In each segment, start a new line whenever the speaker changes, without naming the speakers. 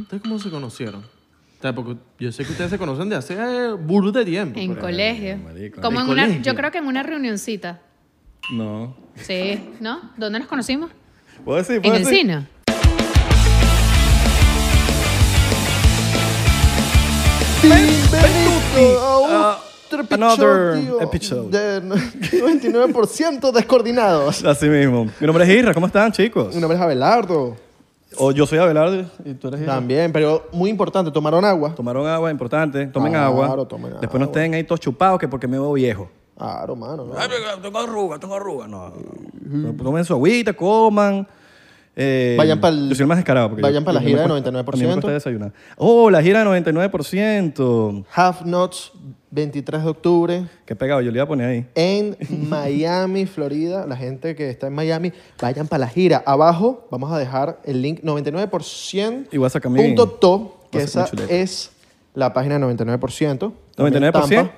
¿Ustedes cómo se conocieron? O sea, porque yo sé que ustedes se conocen de hace eh, burro de tiempo.
En
pues.
pero-
colegio.
eh, marico.
Como
¿En
en una,
colegio?
yo creo que en una reunioncita.
No.
Sí, ¿no? ¿Dónde nos conocimos?
¿Puedo decir?
En
¿Puedo
el
decir?
cine.
Bienvenido
Ah,
a otro
another
episodio
episode.
de 99% descoordinados.
Así mismo. Mi nombre es Isra, ¿cómo están, chicos?
Mi nombre es Abelardo.
O yo soy Abelardo y tú eres Isra.
También, pero muy importante, tomaron agua.
Tomaron agua, importante. Tomen
Claro,
agua.
tomen
Después
agua.
no estén ahí todos chupados que porque me veo viejo.
Claro, mano. ¿no?
Tengo arruga, tengo arruga. No, no. Tomen su agüita, coman. Eh,
Vayan pa'l-
Yo soy el más descarado. porque
vayan
yo-
pa' la
yo me
gira de
cuesta-
99%.
A mí me cuesta desayunar. Oh, la gira de 99%.
Half Nuts, 23 de octubre.
Qué pegado, yo le iba a poner ahí.
En Miami, Florida, la gente que está en Miami, vayan para la gira. Abajo vamos a dejar el link 99%.
Y voy a sacar mi-
punto to, que
voy a sacar
esa
mi chuleta.
es la página 99%. También
99%.
Tampa,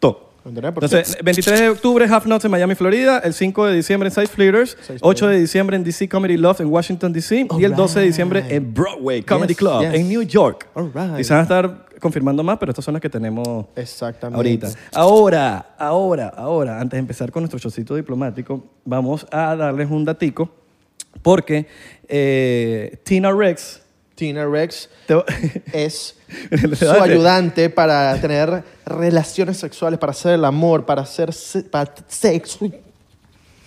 Top.
99%.
Entonces, 23 de octubre, Half Nuts en Miami, Florida. El 5 de diciembre en Side Fleeters. 8 de diciembre en DC Comedy Love en Washington, D.C. Y el 12 de diciembre en Broadway Comedy
Yes,
Club
yes.
en New York.
All right.
Y se van a estar confirmando más, pero estas son las que tenemos
Exactamente.
ahorita. Ahora, ahora, ahora, antes de empezar con nuestro chocito diplomático, vamos a darles un datico porque eh, Tina Rex...
Tina Rex
te-
es
Le
su
date.
ayudante para tener relaciones sexuales, para hacer el amor, para hacer se- para sexo.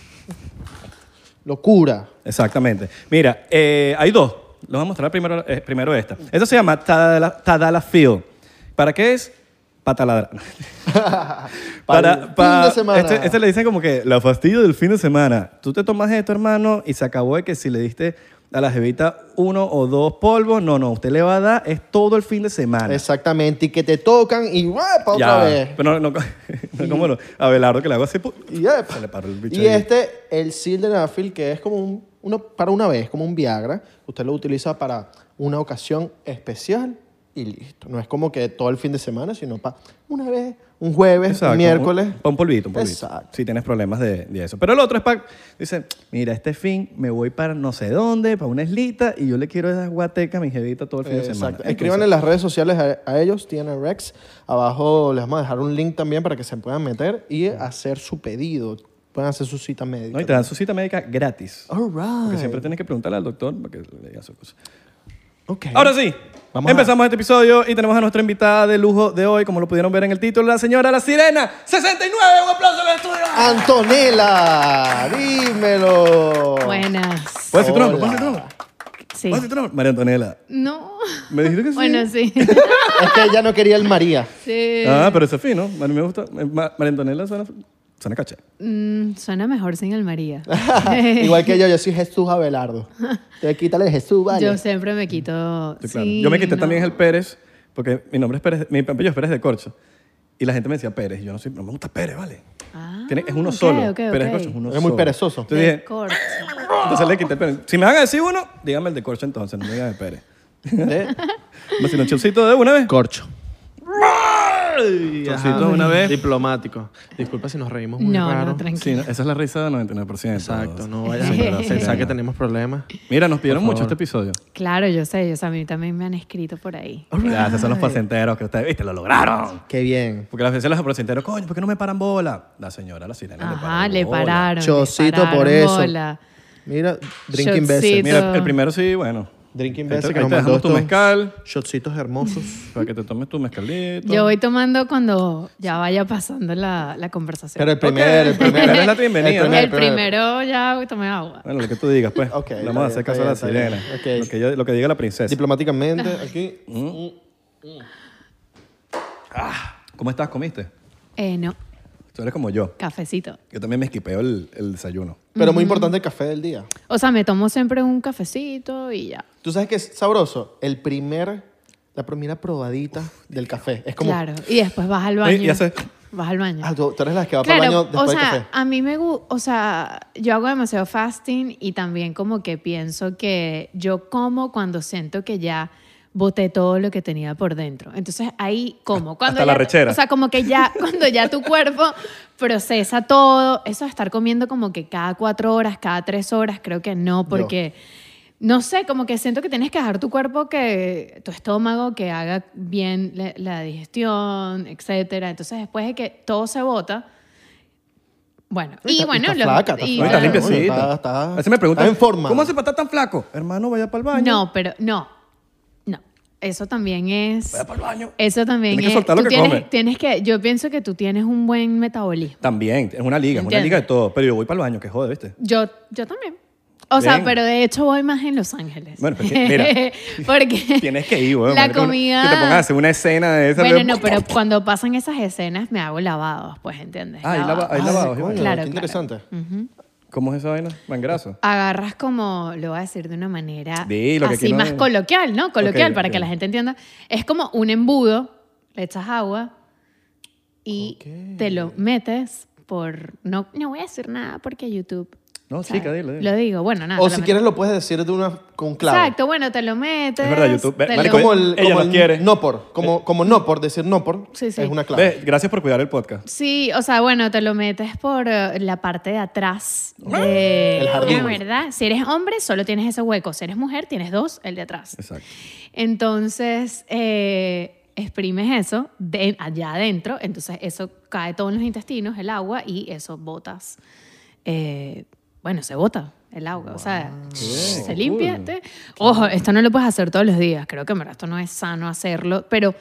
Locura.
Exactamente. Mira, eh, hay dos. Les voy a mostrar primero, eh, primero esta. Esta se llama Tadala, Tadala Field. ¿Para qué es? Para taladrar.
Para el fin
pa-
de semana.
Este, este le dicen como que la fastidio del fin de semana. Tú te tomas esto, hermano, y se acabó de que si le diste a la jevita uno o dos polvos, no, no, usted le va a dar, es todo el fin de semana.
Exactamente. Y que te tocan y ¡wepa! otra
Ya.
vez.
Pero no, no, no como lo, a Belardo que le hago así. pu-
Y, ep.
Se le paró el bicho
Y
ahí.
este, el sildenafil, que es como un, uno, para una vez, como un Viagra. Usted lo utiliza para una ocasión especial y listo. No es como que todo el fin de semana, sino para una vez, un jueves,
Exacto,
un miércoles.
Un, un polvito, un polvito.
Exacto.
Si tienes problemas de, de eso. Pero el otro es para. Dice, mira, este fin me voy para no sé dónde, para una islita, y yo le quiero esas guatecas a mi jevita todo el fin de semana.
Eh, Exacto. Escriban en las redes sociales a, a ellos, Tiana Rex. Abajo les vamos a dejar un link también para que se puedan meter y hacer su pedido. Pueden hacer su cita Oh, médica.
No, y te dan su cita médica gratis.
All
Porque
right.
siempre tienes que preguntarle al doctor para que le diga su cosa.
Ok.
Ahora sí.
Eh, Vamos a-
Empezamos este episodio y tenemos a nuestra invitada de lujo de hoy, como lo pudieron ver en el título, la señora La Sirena, 69. Un aplauso para el estudio.
Ah, Antonella, dímelo.
Buenas.
¿Puedes decir tu nombre? ¿Puedes
Hola.
decir tu nombre?
Sí.
¿Puedes decir tu nombre? María Antonella.
No.
¿Me dijiste que sí?
Bueno, sí.
Es que ella no quería el María.
Sí.
Ah, pero ese es fino. A mí me gusta. eh, Ma- María Antonella suena, suena caché.
Mm, suena mejor sin el María.
Igual que yo, yo soy Jesús Abelardo. Te quítale Jesús, vale.
Yo siempre me quito.
Sí, claro.
sí,
yo me quité
no.
también el Pérez, porque mi nombre es Pérez, mi apellido es Pérez de Corcho. Y la gente me decía Pérez, y yo no, soy, no me gusta Pérez, ¿vale?
Ah,
Tiene- es uno
ok,
solo.
ok,
Pérez
ok.
de Corcho es uno
Eres muy
solo.
perezoso.
Entonces,
De
dije, "Ah,
corcho.
entonces le quité el Pérez. Si me van a decir uno, dígame el de Corcho entonces, no me digan el Pérez.
¿Eh?
Me hacen un chilcito de una vez.
Corcho.
Chilcito de una vez.
Diplomático. Disculpa si nos reímos muy
No,
raro.
no,
Sí,
tranquilo.
esa es la risa del 99%.
Exacto, no
Sí,
vayas
pero
a
sí,
pensar
no.
que tenemos problemas.
Mira, nos pidieron mucho este episodio.
Claro, yo sé, yo sé, a mí también me han escrito por ahí.
Gracias, son los pacienteros que ustedes, viste, lo lograron.
Qué bien.
Porque las veces los pacienteros, coño, ¿por qué no me paran bola? La señora, la sirena.
Ajá, le
bola.
pararon.
Chocito
le pararon
por eso.
bola.
Mira, drinking
Shotcito.
veces.
Pues Mira, el primero sí, bueno.
Drinking
Ahí te-
veces que
ahí
nos
te
mandó
dejamos tu
estos
mezcal
Shotcitos hermosos.
para que te tomes tu mezcalito.
Yo voy tomando cuando ya vaya pasando la, la conversación.
Pero el primero, el primero.
Pero es la bienvenida,
El
¿no?
primer,
el primero ya tomé agua.
Bueno, lo que tú digas, pues.
Ok,
Le
está
vamos a
bien,
hacer
está
caso a la
bien, está
sirena.
bien. Ok.
Lo, que ella- lo que diga la princesa.
Diplomáticamente, aquí.
¿Cómo estás? ¿Comiste?
Eh, no,
Tú eres como yo.
cafecito.
Yo también me esquipeo el, el desayuno.
Pero muy importante el café del día.
O sea, me tomo siempre un cafecito y ya.
¿Tú sabes qué es sabroso? El primer, la primera probadita del café. Es como,
Claro. Y después vas al baño.
Oye, Eh, ya sé.
Vas al baño.
ah, tú, tú eres la que va para el
Claro,
baño después
o sea,
del café.
a mí me gusta, o sea, yo hago demasiado fasting y también como que pienso que yo como cuando siento que ya boté todo lo que tenía por dentro. Entonces ahí como cuando
hasta la
ya-
rechera.
O sea, como que ya cuando ya tu cuerpo procesa todo, eso de estar comiendo como que cada cuatro horas, cada tres horas, creo que no, porque No sé, como que siento que tienes que dejar tu cuerpo, que tu estómago, que haga bien la, la digestión, etcétera. Entonces, después de que todo se bota, bueno, y,
está-
bueno,
está
lo-
flaca, está
y-
flaca,
Está
Claro,
limpiecita.
está- está-
Así me preguntan,
está en forma.
¿Cómo hace para estar tan flaco? Hermano, vaya para el baño.
No, pero no, no. Eso también es.
Vaya para el baño.
Eso también
Tienes que
es.
soltar lo
tú
que
tienes,
comes.
tienes que, yo pienso que tú tienes un buen metabolismo.
También, es una liga, es una
Entiendo.
liga de todo. Pero yo voy para el baño, que jode, ¿viste?
Yo, yo también. O sea,
Bien.
pero de hecho voy más en Los Ángeles.
Bueno, pero es que, mira,
Porque
Tienes que ir, weón.
La
marico,
comida.
Que te pongas a hacer una escena de esa.
Bueno,
de-
no, pero cuando pasan esas escenas me hago lavados, pues, ¿entiendes?
Ah, hay lava- hay
Ah,
lavados, Claro,
coño, qué
claro. Mm.
interesante.
¿Cómo es esa vaina? Mangraso.
Agarras como, lo voy a decir de una manera
Dilo, que
así
aquí no-
más coloquial, ¿no? Coloquial,
Ok,
para
ok.
que la gente entienda. Es como un embudo, le echas agua y
Ok.
te lo metes por... No, no voy a decir nada porque YouTube...
No,
¿sabes?
chica, dile, dile.
Lo digo, bueno, nada. te
O
lo
si
metes.
quieres lo puedes decir de una con clave.
Exacto, bueno, te lo metes.
Es verdad, YouTube. Ve-
te
Es
marico,
lo-
como el,
Ella
como
nos
el
quiere. Eh.
no por, como, como no por, decir no por,
Sí, sí.
es una clave.
Ve, Gracias por cuidar el podcast.
Sí, o sea, bueno, te lo metes por eh, la parte de atrás de
El jardín.
la verdad. Si eres hombre, solo tienes ese hueco. Si eres mujer, tienes dos, el de atrás.
Exacto.
Entonces, eh, exprimes eso de, allá adentro. Entonces, eso cae todo en los intestinos, el agua, y eso botas. Eh, bueno, se bota el agua. O sea, se limpia.
cool.
te- Ojo, esto no lo puedes hacer todos los días. Creo que en verdad esto no es sano hacerlo, pero...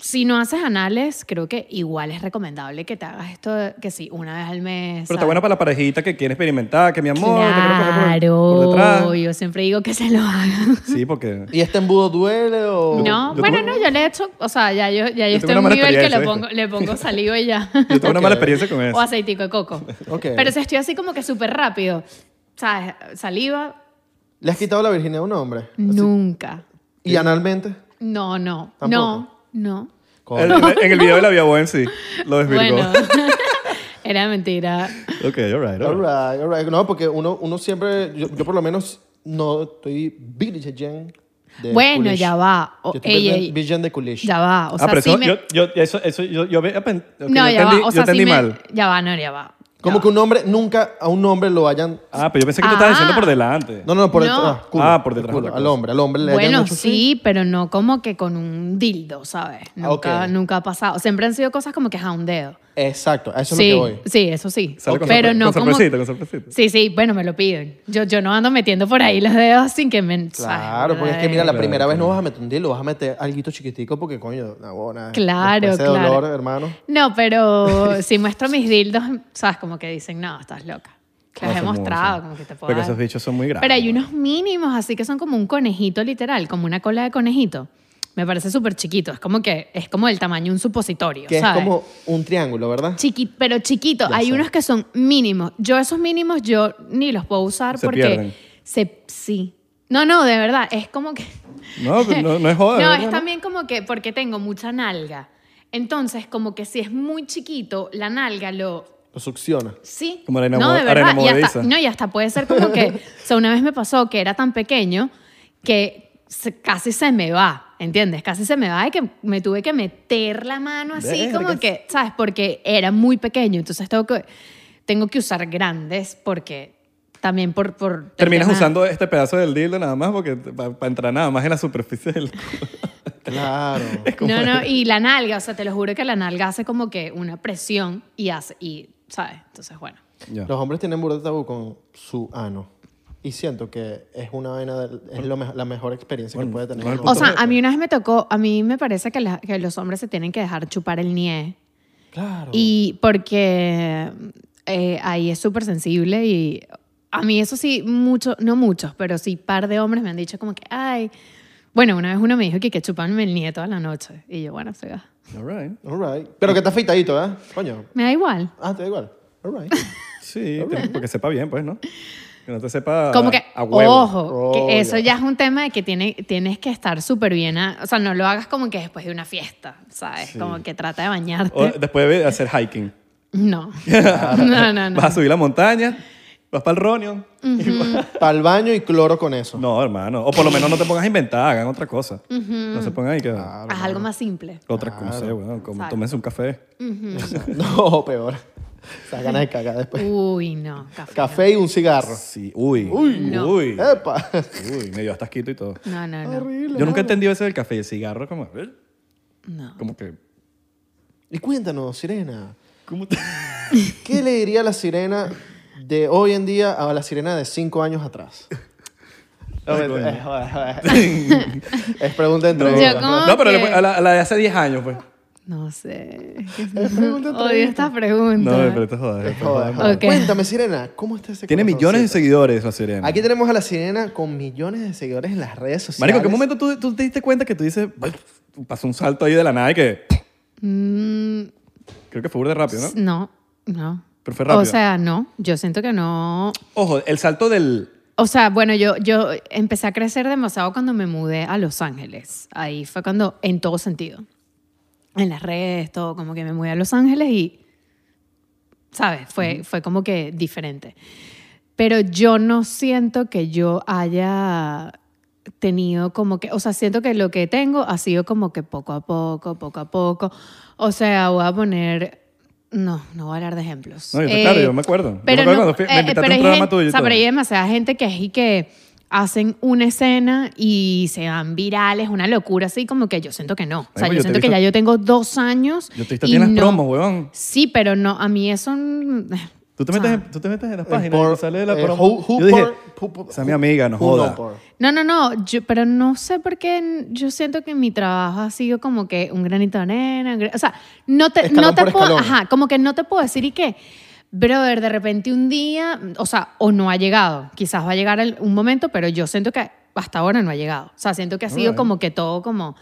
Si no haces anales, creo que igual es recomendable que te hagas esto, de- que sí, una vez al mes.
Pero está
¿sabes?
buena para la parejita que quiere experimentar, que mi amor, te quiero coger por-
Claro,
por detrás.
yo siempre digo que se lo hagan.
Sí, porque.
¿Y este embudo duele o...?
No,
yo
bueno,
tuve-
no, yo le he hecho, o sea, ya yo, ya yo,
Yo
estoy en
tuve una
un
mala
nivel que le
experiencia,
pongo, le pongo saliva y ya.
Yo tuve una
Ok.
mala experiencia con
o
eso.
aceitico de coco.
Ok.
Pero si estoy así como que súper rápido, ¿sabes? Saliva,
¿Le has quitado la virginidad a un hombre?
Mm. nunca.
¿Y analmente?
No, no,
Tampoco.
no, no.
El- en- en el video de la Via Boensi lo desvirgó.
Bueno, era mentira.
Ok, all right, all
All
right.
right, all right. No, porque uno, uno siempre, yo, yo por lo menos no estoy virgen de
Bueno,
culish.
ya va. O-
Yo estoy
ey,
virgen-
ey.
virgen de culish.
Ya va, o
Ah,
sea,
pero
sí
eso,
me...
yo, yo, eso, eso, yo, yo, ve- apen- ok,
no,
yo
ya
entendí,
va, o
yo
sea, sí
entendí
me...
mal.
Ya va, no, ya va.
Como
Ya
que
va.
un hombre, nunca a un hombre lo hayan...
Ah, pero yo pensé que tú estabas
Ah.
diciendo por delante.
No, no, no, por
No.
detrás. culo,
Ah, por detrás,
culo,
otra
al
cosa.
hombre, al hombre le hayan
Bueno,
hecho
sí,
así.
pero no como que con un dildo, ¿sabes?
Ah,
Nunca,
ok.
nunca ha pasado. Siempre han sido cosas como que a un dedo.
Exacto, a eso es
sí,
lo que voy.
sí, eso sí.
Sale con
Pero
sorpre-
no
con
como...
sorpresita, con sorpresita.
Sí, sí, bueno, me lo piden. Yo, yo no ando metiendo por ahí los dedos sin que me...
Claro, porque es que mira, la
Claro,
primera vez no
claro.
vas a meter un dedo, vas a meter algo chiquitico porque coño, la buena.
Claro,
después ese
claro.
dolor, hermano.
No, pero si muestro mis dildos, ¿sabes? Como que dicen, no, estás loca. Que
No,
Los he
son muy-
mostrado,
son-
como que te puedo
Porque
dar.
esos bichos son muy grandes.
Pero hay unos mínimos, así que son como un conejito literal, como una cola de conejito. Me parece súper chiquito. Es como que es como el tamaño de un supositorio,
Que es
¿sabes?
como un triángulo, ¿verdad?
Chiqui- pero chiquito.
Ya
hay
sé.
unos que son mínimos. Yo esos mínimos yo ni los puedo usar
Se
porque
pierden.
se sí. No, no, de verdad, es como que
No, pero no, no es joda.
No,
Oh, ¿verdad?
es también como que porque tengo mucha nalga. Entonces, como que si es muy chiquito, la nalga lo
Lo succiona.
Sí.
Como arena
no,
mo-
de
arena
verdad. Y hasta,
movediza.
no, y hasta puede ser como que, o sea, una vez me pasó que era tan pequeño que se- casi se me va, ¿entiendes? Casi se me va y que me tuve que meter la mano así, como
Vergas.
que, ¿sabes? Porque era muy pequeño, entonces tengo que, tengo que usar grandes porque también por... por
Terminas
tema-
usando este pedazo del dildo nada más porque para entrar nada más en la superficie del
Claro.
No, no, y la nalga, o sea, te lo juro que la nalga hace como que una presión y hace, y, ¿sabes? Entonces, bueno.
Ya.
Los hombres tienen burda de tabú con su ano. Y siento que es una vaina, de- es lo me- la mejor experiencia que puede tener.
bueno,
un
O
hombre.
sea, a mí una vez me tocó, a mí me parece que, la- que los hombres se tienen que dejar chupar el nie.
Claro.
Y porque eh, ahí es súper sensible y a mí eso sí, mucho, no muchos, pero sí par de hombres me han dicho como que, ay, bueno, una vez uno me dijo que que chuparme el nie toda la noche. Y yo, bueno, se va.
All right.
All right. Pero que está afeitadito, ¿eh? Coño.
Me da igual.
Ah, te da igual. All right.
Sí, tiene- porque sepa bien, pues, ¿no? Que no te sepa
Como que,
Ah, a huevo.
ojo,
Oh,
que eso
ya.
ya es un tema de que tiene, tienes que estar súper bien. a- o sea, no lo hagas como que después de una fiesta, ¿sabes? Como que trata de bañarte.
O después de hacer hiking.
No. no, Ah, no, no.
Vas a subir la montaña, vas para el Ronion.
Para el baño y cloro con eso.
No, hermano. O por lo menos no te pongas a inventar, hagan otra cosa. No se pongan ahí que...
Haz algo más simple.
Otra cosa, no sé, weón. como
Exacto.
Tómense un café.
No, peor. Esas ganas de cagar después.
Uy, no. Café.
Café y un cigarro.
Sí, uy.
Uy.
No.
Uy.
¡Epa!
Uy, me dio hasta asquito y todo.
No, no, no.
Horrible.
Yo nunca he
mano.
entendido eso del café y el cigarro, como, ¿eh?
No.
como que...
Y cuéntanos, Sirena,
¿cómo te-
¿qué le diría la Sirena de hoy en día a la Sirena de cinco años atrás?
Ay, coño.
Eh, joder, joder. es pregunta entre
Yo
ellas.
como
No, pero le-
que-
a la, a la de hace 10 años, pues.
No sé.
pregunta
Odio esta pregunta.
No, pero esto es joda, esto es joda.
Joder, joder.
Ok.
Cuéntame, Sirena, ¿cómo está ese
Tiene
corazoncito?
millones de seguidores la sirena.
Aquí tenemos a la Sirena con millones de seguidores en las redes sociales.
Marico, ¿qué momento tú, tú te diste cuenta que tú dices, "Ay, pasó un salto ahí de la nada y que
Mm,
creo que fue burda de rápido, ¿no?
no, no.
Pero fue rápido.
O sea, no. Yo siento que no.
Ojo, el salto del...
O sea, bueno, yo, yo empecé a crecer demasiado cuando me mudé a Los Ángeles. Ahí fue cuando, en todo sentido. En las redes, todo, como que me mudé a Los Ángeles y, ¿sabes? Fue, fue como que diferente. Pero yo no siento que yo haya tenido como que, o sea, siento que lo que tengo ha sido como que poco a poco, poco a poco. O sea, voy a poner... No, no voy a hablar de ejemplos.
No, yo- claro, yo me acuerdo. Yo
Pero
me acuerdo
no,
cuando fui- me
eh,
invitaste a
pero
un
hay
programa
gente-
tuyo y
o sea,
todo.
pero hay demasiada gente que es y que hacen una escena y se van virales, una locura así, como que yo siento que no. O sea, yo,
Marico, yo te he
siento que
visto-
ya yo tengo dos años.
Yo te
y
en las
no-
promos, weón.
Sí, pero no, a mí eso. mm,
Tú te,
o sea,
metes en, tú te metes en las
En
páginas
por-
y sale de la
eh,
promo.
who- who
yo dije,
por- who-
esa es mi amiga, no
who
joda.
por.
No, no, no, yo- pero no sé por qué n- yo siento que mi trabajo ha sido como que un granito de arena, un gra- o sea, no te,
Escalón
no te
por
puedo,
escalón.
ajá, como que no te puedo decir y qué, brother, de repente un día, o sea, o no ha llegado, quizás va a llegar el- un momento, pero yo siento que hasta ahora no ha llegado, o sea, siento que ha sido
Alright.
como que todo como,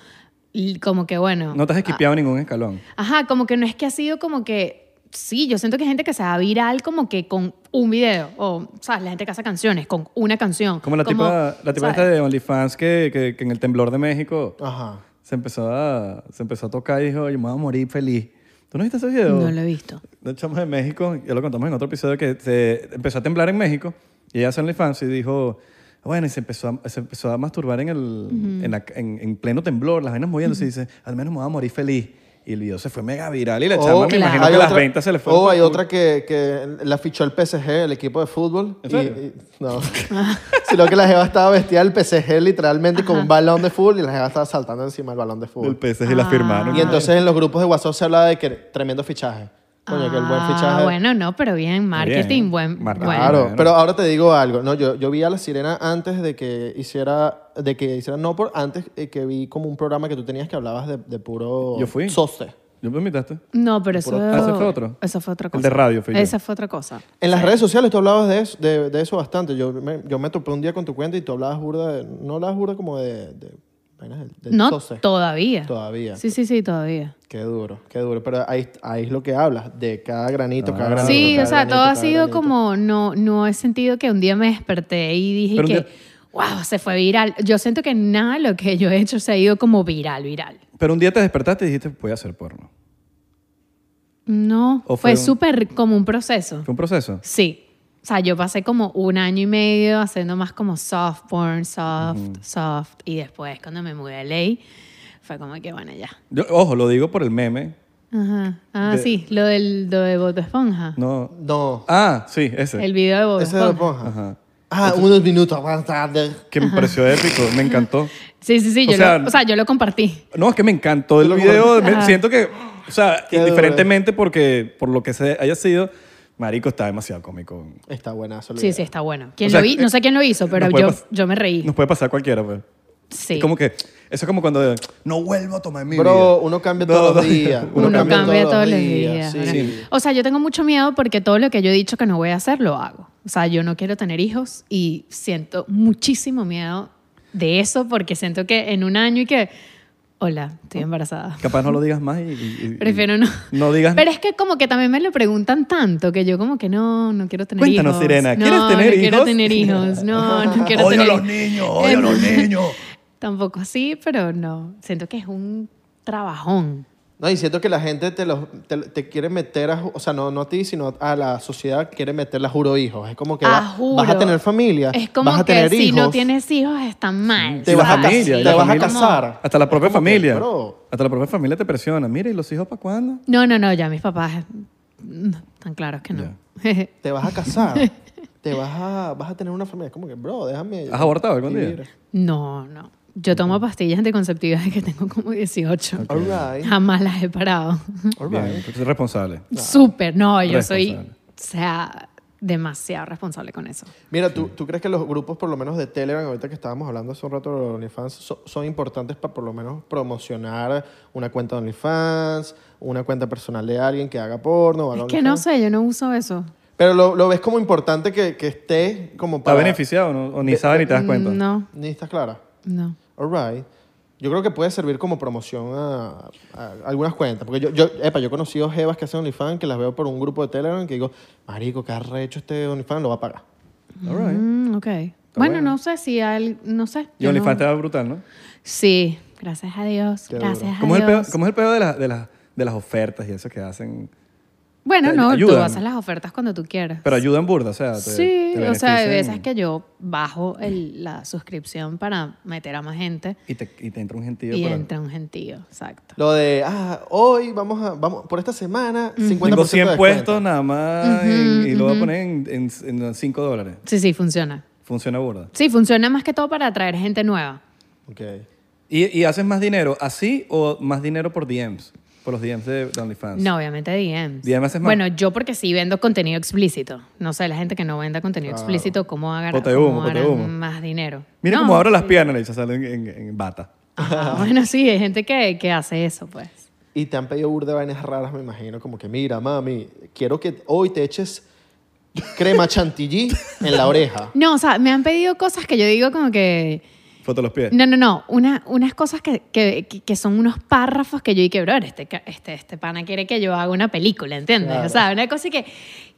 y como que bueno.
No te has
ah,
esquipeado ningún escalón.
Ajá, como que no es que ha sido como que. Sí, yo siento que hay gente que se va viral como que con un video. O, ¿sabes? La gente que hace canciones con una canción.
Como la tipa, la tipa
¿sabes?
esta de OnlyFans que, que, que en el temblor de México
Ajá.
se empezó a, se empezó a tocar y dijo, yo me voy a morir feliz. ¿Tú no viste ese video?
No lo he visto.
De chamos de México, ya lo contamos en otro episodio, que se empezó a temblar en México y ella hace OnlyFans y dijo, bueno, y se empezó a, se empezó a masturbar en, el, en, la- en- en pleno temblor, las venas moviéndose y dice, al menos me voy a morir feliz. Y el video se fue mega viral y la chama me
claro.
imagino
Oh, hay
que las
otra-
ventas se le fueron.
O hay
por-
otra que, que la fichó el PSG, el equipo de fútbol.
¿En
y-
serio?
y- no. Sino que la jeva estaba vestida del PSG literalmente con un balón de fútbol y la jeva estaba saltando encima del balón de
del
fútbol.
PSG y la firmaron.
Y entonces en los grupos de WhatsApp se hablaba de que tremendo fichaje. Coño, que el buen
Ah,
fichaje.
Bueno, no, pero bien, marketing,
Bien,
buen.
mar-
bueno.
Claro,
bueno.
pero ahora te digo algo. No, yo, yo vi a la sirena antes de que hiciera, de que hiciera No por antes eh, que vi como un programa que tú tenías que hablabas de, de puro
Yo fui.
soce.
¿Yo me invitaste?
No, pero eso.
Puro-
Ah, ¿ese fue otro?
Eso fue otra
El
cosa.
de radio fui yo.
Esa fue otra cosa.
En las redes sociales tú hablabas de eso, de, de eso bastante. Yo me, yo me topé un día con tu cuenta y tú hablabas burda, de- no hablabas burda como de, de, vainas del- del
No,
soce.
todavía.
Todavía.
Sí, sí, sí, todavía.
Qué duro, qué duro. Pero ahí, ahí es lo que hablas, de cada granito, cada
Ah.
granito.
Sí,
cada
o sea,
granito,
todo ha
cada
sido
granito.
como, no, no he sentido que un día me desperté y dije
Pero un
que,
día-
wow, se fue viral. Yo siento que nada de lo que yo he hecho se ha ido como viral, viral.
Pero un día te despertaste y dijiste, voy a hacer porno.
No,
¿O
fue,
fue un-
súper como un proceso.
Fue un proceso.
Sí. O sea, yo pasé como un año y medio haciendo más como soft porn, soft, soft. Y después cuando me mudé a LA, fue como que, bueno, ya.
Yo, ojo, lo digo por el meme.
Ajá. Ah,
De-
sí, lo del lo de Bob Esponja.
No.
No,
Ah, sí, ese.
El video de Bob
ese era
Esponja.
Ponja.
Ajá.
Ah, unos minutos más tarde.
Que me pareció épico, me encantó.
Sí, sí, sí. yo
O
lo-
sea-
o sea, yo lo compartí.
No, es que me encantó
Tú
el
lo
video.
compartiste.
Me- siento que, o sea,
Qué
indiferentemente porque, por lo que se haya sido, Marico está demasiado cómico.
Está buenazo. el
Sí,
video.
sí, está bueno. ¿Quién
O sea,
lo vi? No sé quién lo hizo, pero
nos puede
yo,
pas-
yo me reí.
Nos puede pasar a cualquiera, pues.
sí.
Es como que, eso es como cuando no vuelvo a tomar en mi
Bro,
vida.
uno cambia
No,
todos los
no.
días.
uno, cambia, todos los días.
sí.
¿verdad? O sea, yo tengo mucho miedo porque todo lo que yo he dicho que no voy a hacer, lo hago. O sea, yo no quiero tener hijos y siento muchísimo miedo de eso porque siento que en un año y que, hola, estoy embarazada.
Capaz no lo digas más y... y- y-
Prefiero no.
No digas
Pero es que como que también me lo preguntan tanto que yo como que no, no quiero tener
Cuéntanos,
hijos.
Sirena,
No,
¿quieres tener
no quiero
hijos?
tener hijos. No, no quiero
Odio a
tener
los niños, odio a los niños.
Tampoco así, pero no. Siento que es un trabajón.
No, y siento que la gente te, los, te, te quiere meter, a, ju- o sea, no, no a ti, sino a la sociedad quiere meterla juro hijos. Es como que
Ah,
va-
juro.
vas a tener familia,
Es como
vas a
que
tener
si
hijos.
no tienes hijos está mal.
Te vas
¿sabes?
a cas-
familia, y
te
la
vas
familia-
a casar.
Hasta la propia
Es como que,
familia.
bro.
Hasta la propia familia te presiona. Mira, ¿y los hijos para cuándo?
No, no, no, ya mis papás No, tan claro es que no.
Te vas a casar. te vas a, vas a tener una familia. Como que, bro, déjame.
¿Has abortado algún día?
vivir.
no, no. Yo tomo pastillas anticonceptivas desde que tengo como 18.
All right.
Jamás las he parado.
All
Bien,
right.
soy responsable.
Súper, no, yo soy, o
Responsable.
sea, demasiado responsable con eso.
Mira, ¿tú, ¿tú crees que los grupos, por lo menos de Telegram, ahorita que estábamos hablando hace un rato de los OnlyFans, so- son importantes para por lo menos promocionar una cuenta de OnlyFans, una cuenta personal de alguien que haga porno? o haga
Es que no
OnlyFans?
sé, yo no uso eso.
Pero lo, lo ves como importante que, que esté como
¿Está
para...
beneficiado no? o ni sabes ni te das cuenta?
Mm, No,
Ni estás clara.
no.
All right. Yo creo que puede servir como promoción a, a algunas cuentas. Porque yo, yo, epa, yo he conocido jevas que hacen OnlyFans, que las veo por un grupo de Telegram, que digo, marico, ¿qué arrecho este OnlyFans? Lo va a pagar.
All right.
Mm, ok. Bueno,
bueno.
no sé si al, no sé.
Y
yo no-
OnlyFans está brutal, ¿no? gracias
Sí, gracias a Dios,
Qué
gracias a
¿Cómo es el
Dios.
peor, cómo es el peor de, las de, las de las ofertas y eso que hacen?
Bueno,
Te-
no, tú
ayudan.
haces las ofertas cuando tú quieras.
Pero ayudan burda, o sea. te-
sí,
te
o sea, hay
benefician
veces que yo bajo el- la suscripción para meter a más gente
Y te, y te entra un gentío.
y
por-
entra un gentío, exacto.
Lo de, ah, hoy vamos a, vamos, por esta semana, 50%
Tengo
de
100
descuento.
puestos nada más en- y lo voy a poner en, en, 5 dólares.
Sí, sí, funciona.
Funciona burda.
Sí, funciona más que todo para atraer gente nueva.
Ok.
¿Y, y haces más dinero así o más dinero por DMs? Por los DMs de de OnlyFans.
No, obviamente DMs.
DMs es más.
Bueno, yo porque sí vendo contenido explícito. No sé, la gente que no venda contenido explícito, ¿cómo hagan
Ponte humo, ponte humo.
más dinero?
Mira
No,
cómo abro las piernas, le dice, sale en, en- en bata.
ajá, bueno, sí, hay gente que, que hace eso, pues.
Y te han pedido burda de vainas raras, me imagino, como que, mira, mami, quiero que hoy te eches crema chantilly en la oreja.
No, o sea, me han pedido cosas que yo digo como que...
Foto de los pies.
No, no, no. Una, unas cosas que, que, que- que son unos párrafos que yo dije, bro, este, ca- este, este pana quiere que yo haga una película, ¿entiendes?
Claro.
O sea, una cosa que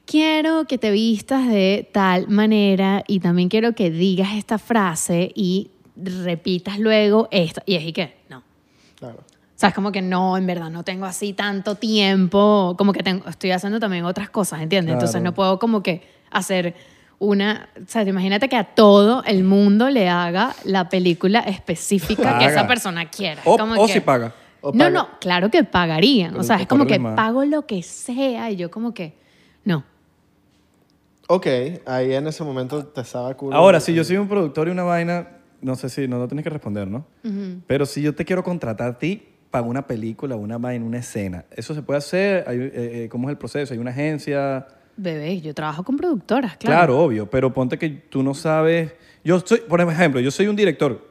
quiero que te vistas de tal manera y también quiero que digas esta frase y repitas luego esto. Y es y que, no.
Claro.
O sea, es como que no, en verdad, no tengo así tanto tiempo, como que tengo, estoy haciendo también otras cosas, ¿entiendes? Entonces
Claro.
no puedo como que hacer una, o sea, imagínate que a todo el mundo le haga la película específica que
Paga.
esa persona quiera.
O,
Como
o
que-
si paga.
O
No,
paga.
no, claro que pagarían.
Pero
o sea,
tú
es como que
pagarle más.
pago lo que sea y yo como que, no.
Ok, ahí en ese momento te estaba culo.
Ahora, si yo soy un productor y una vaina, no sé si no, no tienes que responder, ¿no? Pero si yo te quiero contratar a ti para una película, una vaina, una escena, ¿eso se puede hacer? Hay, eh, eh, ¿Cómo es el proceso? ¿Hay una agencia?
Bebé, yo trabajo con productoras,
Claro.
claro.
obvio, pero ponte que tú no sabes. Yo soy, por ejemplo, yo soy un director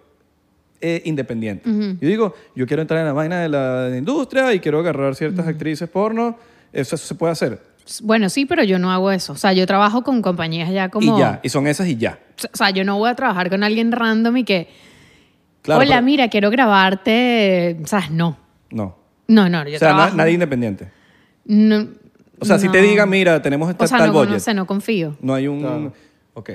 eh, independiente. Yo digo, yo quiero entrar en la vaina de la, de la industria y quiero agarrar ciertas actrices porno. Eso, eso se puede hacer.
Bueno, sí, pero yo no hago eso. O sea, yo trabajo con compañías ya como...
Y ya, y son esas y ya.
O sea, yo no voy a trabajar con alguien random y que...
Claro,
Hola,
pero-
mira, quiero grabarte. O sea, no.
No.
No, no, yo
o sea, na-
trabajo.
nadie independiente.
No,
O sea, si te
no.
diga, mira, tenemos esta
O sea,
tal
no,
budget.
no sé, no confío.
No hay un.
Claro.
Ok.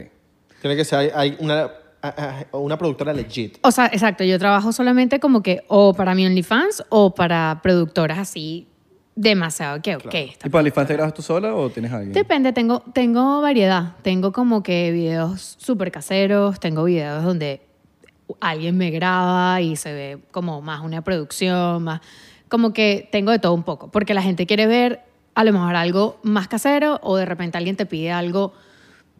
Tiene que ser hay- hay una, a- a- una productora legit.
O sea, exacto, yo trabajo solamente como que o para mi OnlyFans o para productoras así demasiado que, ok. esta-
¿Y para OnlyFans te grabas tú sola o tienes a alguien?
Depende, tengo, tengo variedad. Tengo como que videos súper caseros, tengo videos donde alguien me graba y se ve como más una producción, más como que tengo de todo un poco, porque la gente quiere ver a lo mejor algo más casero o de repente alguien te pide algo,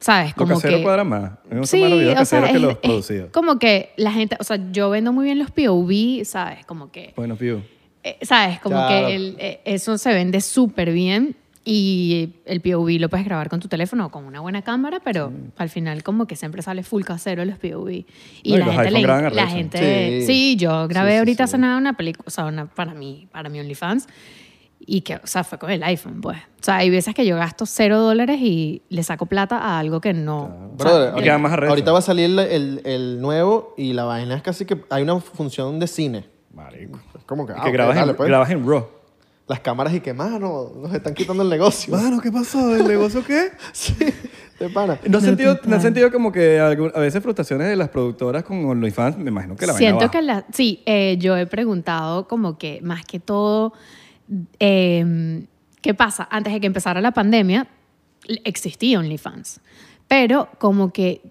¿sabes?
Lo
Como
casero
que...
cuadra más. A mí Me gusta más los videos
o sea,
caseros que
es-
los
es
producidos.
como que la gente, o sea, yo vendo muy bien los POV, ¿sabes? Como que
Bueno, Piu.
eh, ¿Sabes? Como
Claro.
que el- eh, eso se vende súper bien y el POV lo puedes grabar con tu teléfono o con una buena cámara, pero al final como que siempre sale full casero los POV. Y
No, y
la
los
gente...
iPhone
le-
graban
la
arrecho.
gente
Sí.
sí. yo grabé
Sí, sí,
ahorita hace
sí.
nada una película, o sea, una, para mí, para mi OnlyFans, y que, o sea, fue con el iPhone, pues. O sea, hay veces que yo gasto cero dólares y le saco plata a algo que no... o sea,
Brother,
y
ahorita-
queda más arrecho.
ahorita va a salir el, el- el nuevo y la vaina es casi que hay una función de cine.
Marico.
Es como que,
Y
ah,
que
ok,
grabas,
dale,
en,
pues.
grabas en RAW.
Las cámaras y que, mano, nos están quitando el negocio.
Mano, ¿qué pasó? ¿El negocio qué?
sí, de pana.
¿No has sentido, no has sentido como que algún- a veces frustraciones de las productoras con OnlyFans? Me imagino que la vaina
Siento
baja.
que la... Sí, eh, yo he preguntado como que más que todo, eh, ¿qué pasa? Antes de que empezara la pandemia, l- existía OnlyFans, pero como que...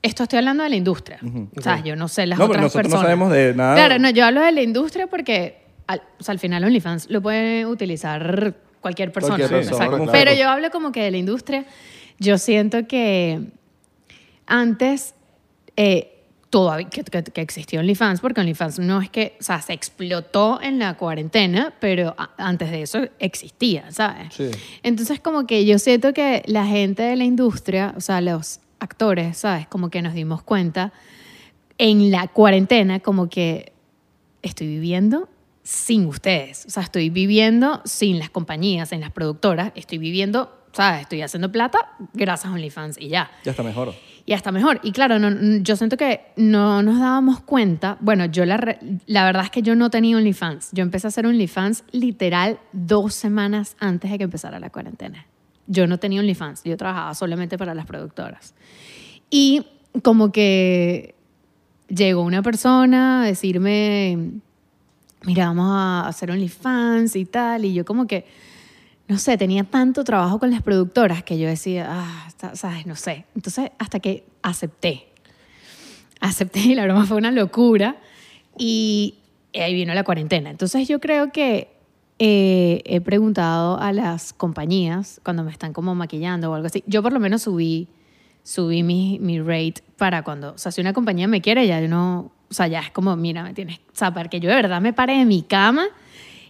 Esto estoy hablando de la industria. O sea,
Ok.
yo no sé las
No, pero
otras
nosotros no
personas.
sabemos de nada.
Claro, no, yo hablo de la industria porque al, o sea, al final OnlyFans lo puede utilizar cualquier persona.
Cualquier
exacto.
persona, claro.
Pero yo hablo como que de la industria. Yo siento que antes eh, todavía que, que, que existió OnlyFans, porque OnlyFans no es que, o sea, se explotó en la cuarentena, pero a- antes de eso existía, ¿sabes?
Sí.
Entonces, como que yo siento que la gente de la industria, o sea, los actores, ¿sabes? Como que nos dimos cuenta en la cuarentena, como que estoy viviendo sin ustedes. O sea, estoy viviendo sin las compañías, sin las productoras. Estoy viviendo, ¿sabes? Estoy haciendo plata gracias a OnlyFans y ya
Ya está mejor.
y hasta mejor. Y claro, no- n- yo siento que no nos dábamos cuenta. Bueno, yo la, re- la verdad es que yo no tenía OnlyFans. Yo empecé a hacer OnlyFans literal dos semanas antes de que empezara la cuarentena. Yo no tenía OnlyFans. Yo trabajaba solamente para las productoras. Y como que llegó una persona a decirme, mira, vamos a hacer OnlyFans y tal. Y yo como que, no sé, tenía tanto trabajo con las productoras que yo decía, ah, está- sabes, no sé. Entonces, hasta que acepté. Acepté y la broma fue una locura. Y eh, ahí vino la cuarentena. Entonces, yo creo que eh, he preguntado a las compañías cuando me están como maquillando o algo así. Yo por lo menos subí subí mi, mi rate para cuando, o sea, si una compañía me quiere, ya yo no, o sea, ya es como, mira, me tienes, o sea, para que yo de verdad me pare de mi cama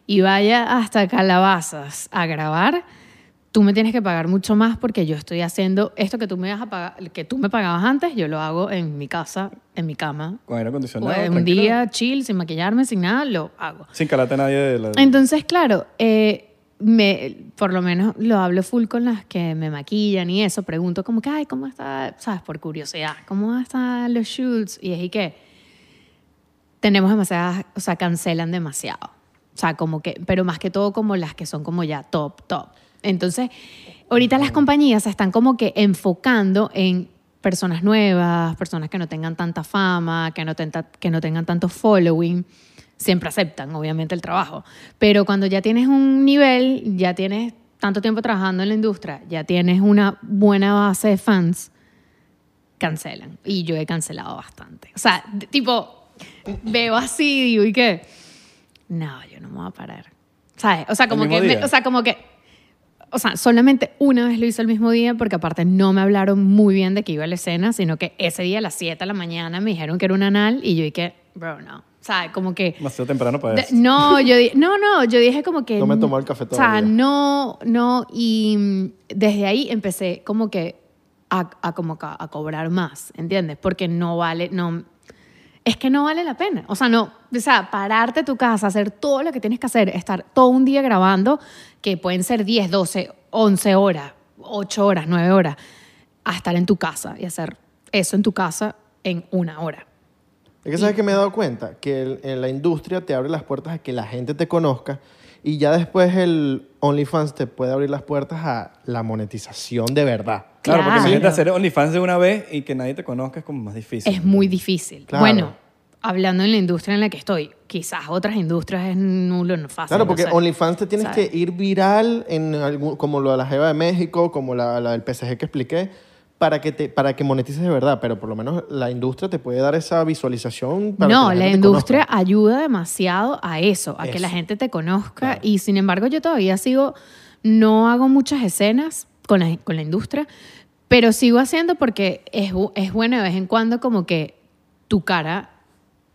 y vaya hasta Calabazas a grabar, tú me tienes que pagar mucho más porque yo estoy haciendo esto que tú me vas a pagar, que tú me pagabas antes, yo lo hago en mi casa, en mi cama,
Con aire acondicionado.
o en Pues, un
tranquilo,
día chill, sin maquillarme, sin nada, lo hago.
Sin calarte a nadie de la...
Entonces, claro, eh, me, por lo menos lo hablo full con las que me maquillan y eso. Pregunto como que, ay, ¿cómo está? ¿Sabes? Por curiosidad. ¿Cómo están los shoots? Y es y que tenemos demasiadas, o sea, cancelan demasiado. O sea, como que, pero más que todo como las que son como ya top, top. Entonces, ahorita las compañías se están como que enfocando en personas nuevas, personas que no tengan tanta fama, que no, tenta- que no tengan tanto following. Siempre aceptan, obviamente, el trabajo. Pero cuando ya tienes un nivel, ya tienes tanto tiempo trabajando en la industria, ya tienes una buena base de fans, cancelan. Y yo he cancelado bastante. O sea, d- tipo, veo así y digo, ¿y qué? No, yo no me voy a parar. ¿Sabes? O sea, como
mismo
que... me-
día?
o sea, como que... O sea, solamente una vez lo hice el mismo día porque aparte no me hablaron muy bien de que iba a la escena, sino que ese día a las 7 de la mañana me dijeron que era un anal y yo dije, bro, no. ¿Sabes? Como que...
Demasiado temprano para
De-
eso.
no, yo di- no, no, yo dije como que...
No me tomó el café
O sea,
todavía.
no, no, y mm, desde ahí empecé como que a, a como que a, cobrar más, ¿entiendes? Porque no vale, no... Es que no vale la pena. O sea, no, o sea, pararte a tu casa, hacer todo lo que tienes que hacer, estar todo un día grabando, que pueden ser 10, 12, 11 horas, 8 horas, 9 horas, a estar en tu casa y hacer eso en tu casa en una hora.
Es que sabes que me he dado cuenta que el- en la industria te abre las puertas a que la gente te conozca y ya después el OnlyFans te puede abrir las puertas a la monetización de verdad.
Claro, porque
Claro.
imagínate hacer OnlyFans de una vez y que nadie te conozca es como más difícil.
Es muy difícil.
Claro.
Bueno, hablando en la industria en la que estoy, quizás otras industrias es nulo, no fácil.
Claro,
no
porque
sé.
OnlyFans te tienes
¿Sabes?
que ir viral en algún, como lo de la Jeva de México, como la, la del PSG que expliqué, para que, te, para que monetices de verdad. Pero por lo menos la industria te puede dar esa visualización. Para
No,
que
la
gente te
industria
conozca.
ayuda demasiado a eso, a que
Eso.
la gente te conozca. Y sin embargo, yo todavía sigo, no hago muchas escenas con la, con la industria, pero sigo haciendo porque es, bu- es bueno de vez en cuando como que tu cara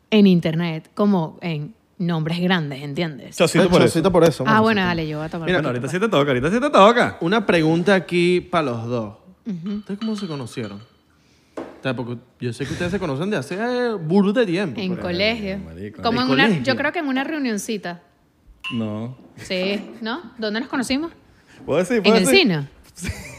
en internet, como en nombres grandes, ¿entiendes?
Chocito
Ay,
por eso.
chocito por eso.
ah,
mano,
bueno,
chocito.
dale, yo voy a tomar.
Bueno,
poquito,
ahorita
pues.
sí te toca, ahorita sí te toca.
Una pregunta aquí para los dos. ¿Ustedes cómo se conocieron? O sea, porque yo sé que ustedes se conocen de hace eh, burro de tiempo.
En
pero-
colegio.
marico.
Como
¿En
en una,
colegio?
yo creo que en una reunioncita.
No.
Sí, ¿no? ¿Dónde nos conocimos?
¿Puedo decir?
En
¿Puedo
el
decir?
cine.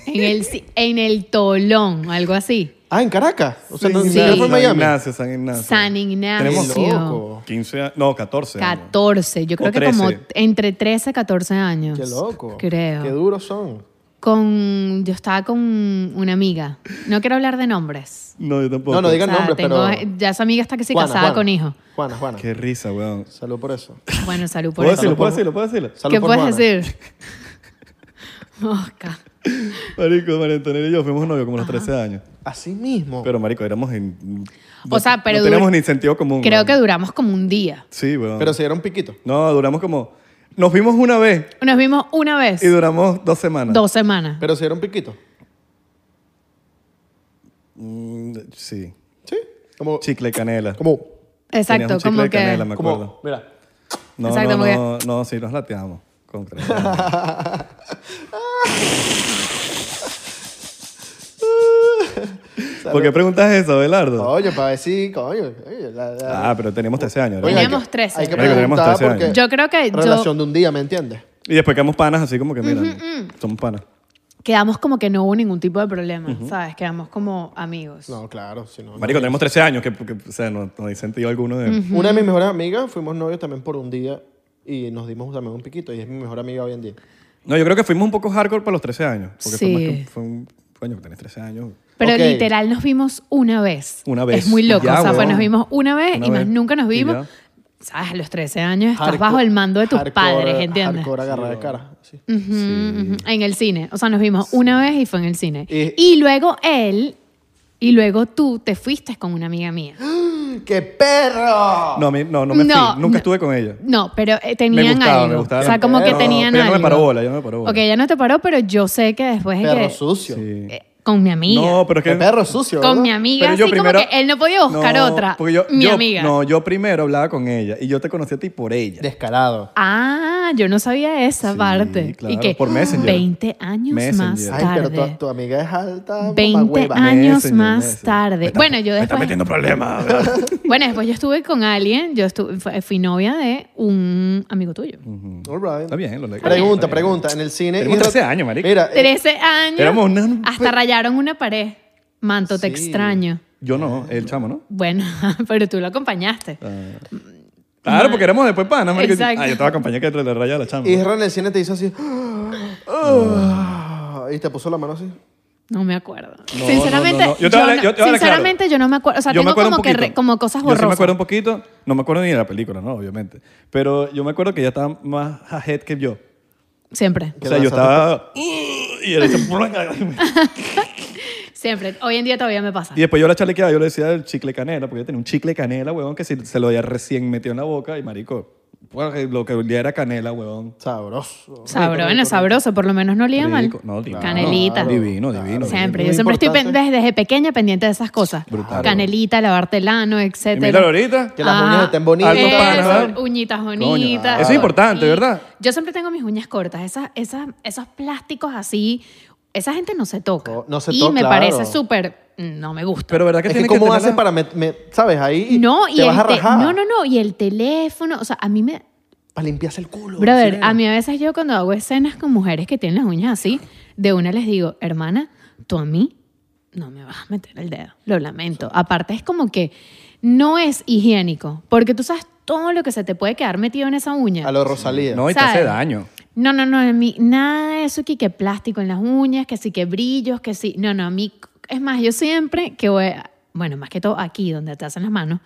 En el, ci- en el Tolón, algo así.
Ah, en Caracas. O sea,
Sí,
no, ni
sí.
siquiera fue
San
en Miami.
Ignacio, San
Ah,
Ignacio.
San Ignacio.
Tenemos
loco.
15 años. No, 14. años.
14, yo creo
O
que como
13.
entre 13 y 14 años.
Qué loco.
Creo.
Qué duros son.
con, yo estaba con una amiga. No quiero hablar de nombres.
No, yo tampoco.
No, no digas
O sea,
nombres,
tengo-
pero.
Ya esa amiga está que se
Juana,
casaba
Juana.
con hijo.
Juana, Juana.
Qué risa, weón.
Salud por eso.
Bueno, salud por
¿Puedo
eso.
decirlo?
por-
¿Puedo decirlo? ¿Puedo decirlo?
Salud
¿Qué
por
puedes
Juana.
decir? Oscar.
Marico, María Antonella y yo fuimos novios como a los 13 años.
Así mismo.
Pero, marico, éramos en...
O sea, pero
No
dur-
teníamos ni sentido común.
Creo
weón.
que duramos como un día.
Sí, weón.
Pero se dieron piquito.
No, duramos como... Nos vimos una vez
Nos vimos una vez,
y duramos dos semanas.
dos semanas.
Pero si era un piquito.
Mm, sí.
Sí. Como.
Chicle canela.
como
Tenías un
Exacto,
chicle
como
de
que...
canela, me acuerdo.
como mira.
No,
Exacto,
no,
como que-
no, no, sí, nos lateamos. Con crema. ¿Por qué preguntas eso, Belardo?
Coño, para ver si. Coño. coño, la- la-
Ah, pero teníamos 13 años. ¿verdad?
Oye, hay que-
Teníamos 13.
Hay que
Marico, teníamos
preguntar
13 años.
porque.
Yo creo que yo-
Relación de un día, ¿me entiendes?
Y después quedamos panas así como que, mira,
mm.
somos panas.
Quedamos como que no hubo ningún tipo de problema, ¿sabes? Quedamos como amigos.
No, claro. Si no, no.
Marico, tenemos 13 años, que, que, o sea, no, no hay sentido alguno de...
Una de mis mejores amigas, fuimos novios también por un día y nos dimos también un piquito y es mi mejor amiga hoy en día.
No, yo creo que fuimos un poco hardcore para los 13 años. Porque fue
Sí.
más que fue un... Coño, que tenés 13 años.
Pero
Ok.
literal nos vimos una vez.
Una vez.
Es muy loco.
Ya,
o sea, pues
weón.
nos vimos una vez
Una
y más
vez.
nunca nos
Y
vimos.
ya.
¿Sabes? A los 13 años estás
Hardcore-
bajo el mando de tus
hardcore-
padres, ¿entiendes?
Hardcore agarrar de cara. sí.
Ujú, ujú. En el cine. O sea, nos vimos una vez y fue en el cine.
Y-
Y luego él, y luego tú te fuiste con una amiga mía.
¡Qué perro!
No, a mí- no, no me
No,
fui. Nunca
no.
estuve con ella.
No, pero eh, tenían
gustaba,
algo.
me gustaba.
O sea, como que
Pero-
tenían
pero ella no
algo.
me paró bola, ella no me paró bola.
Ok, ya no te paró, pero yo sé que después de
Perro
que...
sucio.
Sí.
eh, con mi amiga.
No, pero es que...
Qué perro sucio.
con
¿verdad?
mi amiga,
Pero
así
yo primero-
como que él no podía buscar
No,
otra.
porque yo-
mi
yo-
amiga.
No, yo primero hablaba con ella y yo te conocí a ti por ella.
Descarado.
Ah, yo no sabía esa
Sí,
parte.
claro,
y que
por Messenger.
20 años más
Messenger.
Ay, pero
tarde.
tu, tu amiga es alta.
20
mamahueva.
años
Messenger,
más
Messenger.
tarde. bueno, yo
Me estás
después.
metiendo problemas. ¿verdad?
Bueno, después yo estuve con alguien. Yo estuve, fue- fui novia de un amigo tuyo.
Mm.
All right.
Está bien, lo
Pregunta, pregunta. En el cine.
Tenemos
y-
13 años, marico.
Mira, eh,
13 años.
éramos una-
Hasta rayaron una pared. Manto, te
Sí.
extraño.
Yo no, el chamo, ¿no?
Bueno, pero tú lo acompañaste.
Claro, porque éramos después panas, marico.
Exacto.
Ah, yo estaba acompañada que le raya a la chama.
Isra en el cine te hizo así. ah, Y te puso la mano así.
No me acuerdo.
No,
sinceramente,
no, no, no. Yo te hablé-
no-
yo te hablé claro.
sinceramente yo no me acuerdo. O sea,
Yo me
tengo
acuerdo
como
un
que
poquito.
re- como cosas
Yo sí me
borrosas.
acuerdo un poquito. No me acuerdo ni de la película, ¿no? Obviamente. Pero yo me acuerdo que ella estaba más ahead que yo.
Siempre,
O sea, yo estaba... "Uh", y, él hizo-
siempre. Hoy en día todavía me pasa.
y después yo la chalequeaba, yo le decía el chicle canela, porque yo tenía un chicle canela, huevón, que si se lo había recién metido en la boca y marico, pues, lo que olía era canela, huevón.
Sabroso.
Sabroso, bueno, sabroso, por lo menos no olía mal.
Rico. No, divino.
Canelita.
Divino, divino.
Siempre,
Muy
yo siempre estoy pen-
importante.
desde, pequeña pendiente de esas cosas.
Brutal.
Canelita, lavarte el ano,
Y míralo
etcétera.
ahorita.
Que las
Ah,
uñas estén bonitas.
Alto pana,
Eso,
¿verdad?
uñitas
Coño,
bonitas.
eso es importante,
Y
¿verdad?
Yo siempre tengo mis uñas cortas, esas, esas, esos plásticos así, esa gente no se toca.
No, no se
y
toca,
me
claro.
parece súper, no me gusta.
Pero verdad que
Es que
tiene
cómo
tener
haces
la-
para... met- me- ¿Sabes? Ahí
no, y
te
el
vas a
te-
rajar.
no, no, no, y el teléfono, o sea, a mí me,
Para limpiarse el culo.
Brother,
sí.
a mí a veces yo cuando hago escenas con mujeres que tienen las uñas así, de una les digo, hermana, tú a mí no me vas a meter el dedo. Lo lamento. Aparte es como que no es higiénico, porque tú sabes todo lo que se te puede quedar metido en esa uña.
A lo de Rosalía.
No, y te
¿Sabes?
hace daño.
No, no, no, a mí nada de eso que, que plástico en las uñas, que sí, que brillos, que sí. No, no, a mí, es más, yo siempre que voy, a- bueno, más que todo aquí donde te hacen las manos,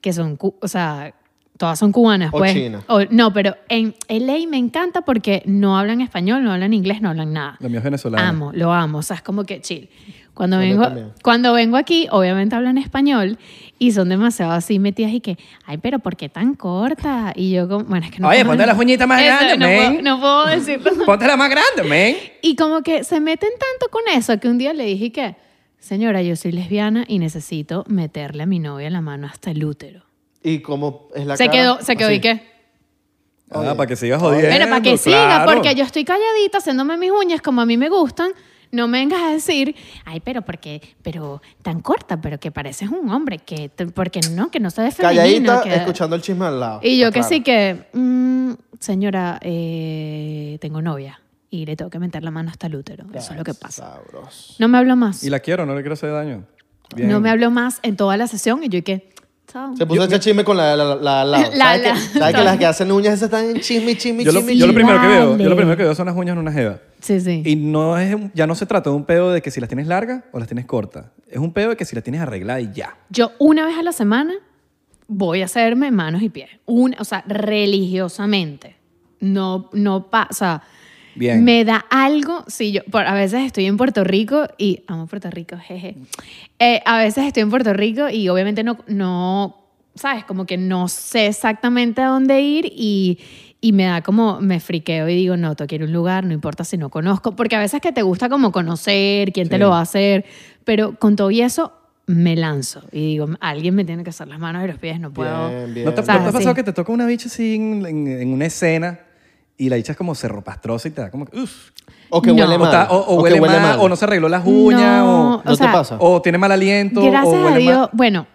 que son, cu- o sea, todas son cubanas.
O
pues.
china.
O- no, pero en LA me encanta porque no hablan español, no hablan inglés, no hablan nada.
La mía es venezolana.
Amo, lo amo, o sea, es como que chill. Cuando
Bueno,
vengo,
también.
cuando vengo aquí, obviamente hablan español y son demasiado así metidas y que, ay, pero ¿por qué tan corta? Y yo como, bueno, es que no
Oye,
puedo-
ponte las uñitas más
Eso,
grandes,
no puedo-
men.
No puedo decirlo.
Ponte la más grande, men.
Y como que se meten tanto con eso que un día le dije que, señora, yo soy lesbiana y necesito meterle a mi novia la mano hasta el útero.
Y cómo es la
Se
cara.
quedó, se quedó
Así.
y qué.
Ah, para que sigas jodiendo.
Bueno, para que siga,
claro.
porque yo estoy calladita haciéndome mis uñas como a mí me gustan. No me vengas a decir, ay, pero porque, pero tan corta, pero que pareces un hombre, que te- porque no, que no se ve femenino.
Calladita,
que-
escuchando el chisme al lado.
Y yo que
Está claro.
sí que, "Mm, señora, eh, tengo novia y le tengo que meter la mano hasta el útero. Eso es lo que pasa.
Sabroso.
No me habló más.
Y la quiero, no le quiero hacer daño. Bien.
No me habló más en toda la sesión y yo y que, chao.
Se puso ese chisme con la la la la.
La-
¿Sabes
la-
que, sabes que las que hacen uñas esas están en chisme, chisme,
Yo lo,
chisme,
yo lo
chisme?
primero que veo, yo
Dale.
lo primero que veo son las uñas en una jeva.
Sí, sí.
Y no es, un- ya no se trata de un pedo de que si las tienes largas o las tienes cortas. Es un pedo de que si las tienes arregladas y ya.
Yo una vez a la semana voy a hacerme manos y pies. Una, o sea, religiosamente. No, no pasa.
Bien.
Me da algo, sí, yo por- a veces estoy en Puerto Rico y, amo Puerto Rico, jeje. Eh, a veces estoy en Puerto Rico y obviamente no, no, sabes, como que no sé exactamente a dónde ir y, Y me da como, me friqueo y digo, no, tengo que ir a un lugar, no importa si no conozco. Porque a veces que te gusta como conocer, quién te
Sí.
lo va a hacer. Pero con todo y eso, me lanzo. Y digo, alguien me tiene que hacer las manos y los pies, no puedo.
Bien, bien.
¿No te,
O sea,
no te ha pasado
sí.
que te toca una bicha así en, en- en una escena y la bicha es como cerropastrosa y te da como que, uff?
O que
No.
huele
O,
mal.
está- o- o
que
huele, mal, o no se arregló las uñas,
No,
¿No te
sea,
pasa?
o, o tiene mal aliento, o
Gracias
huele
a
mal.
Dios, bueno,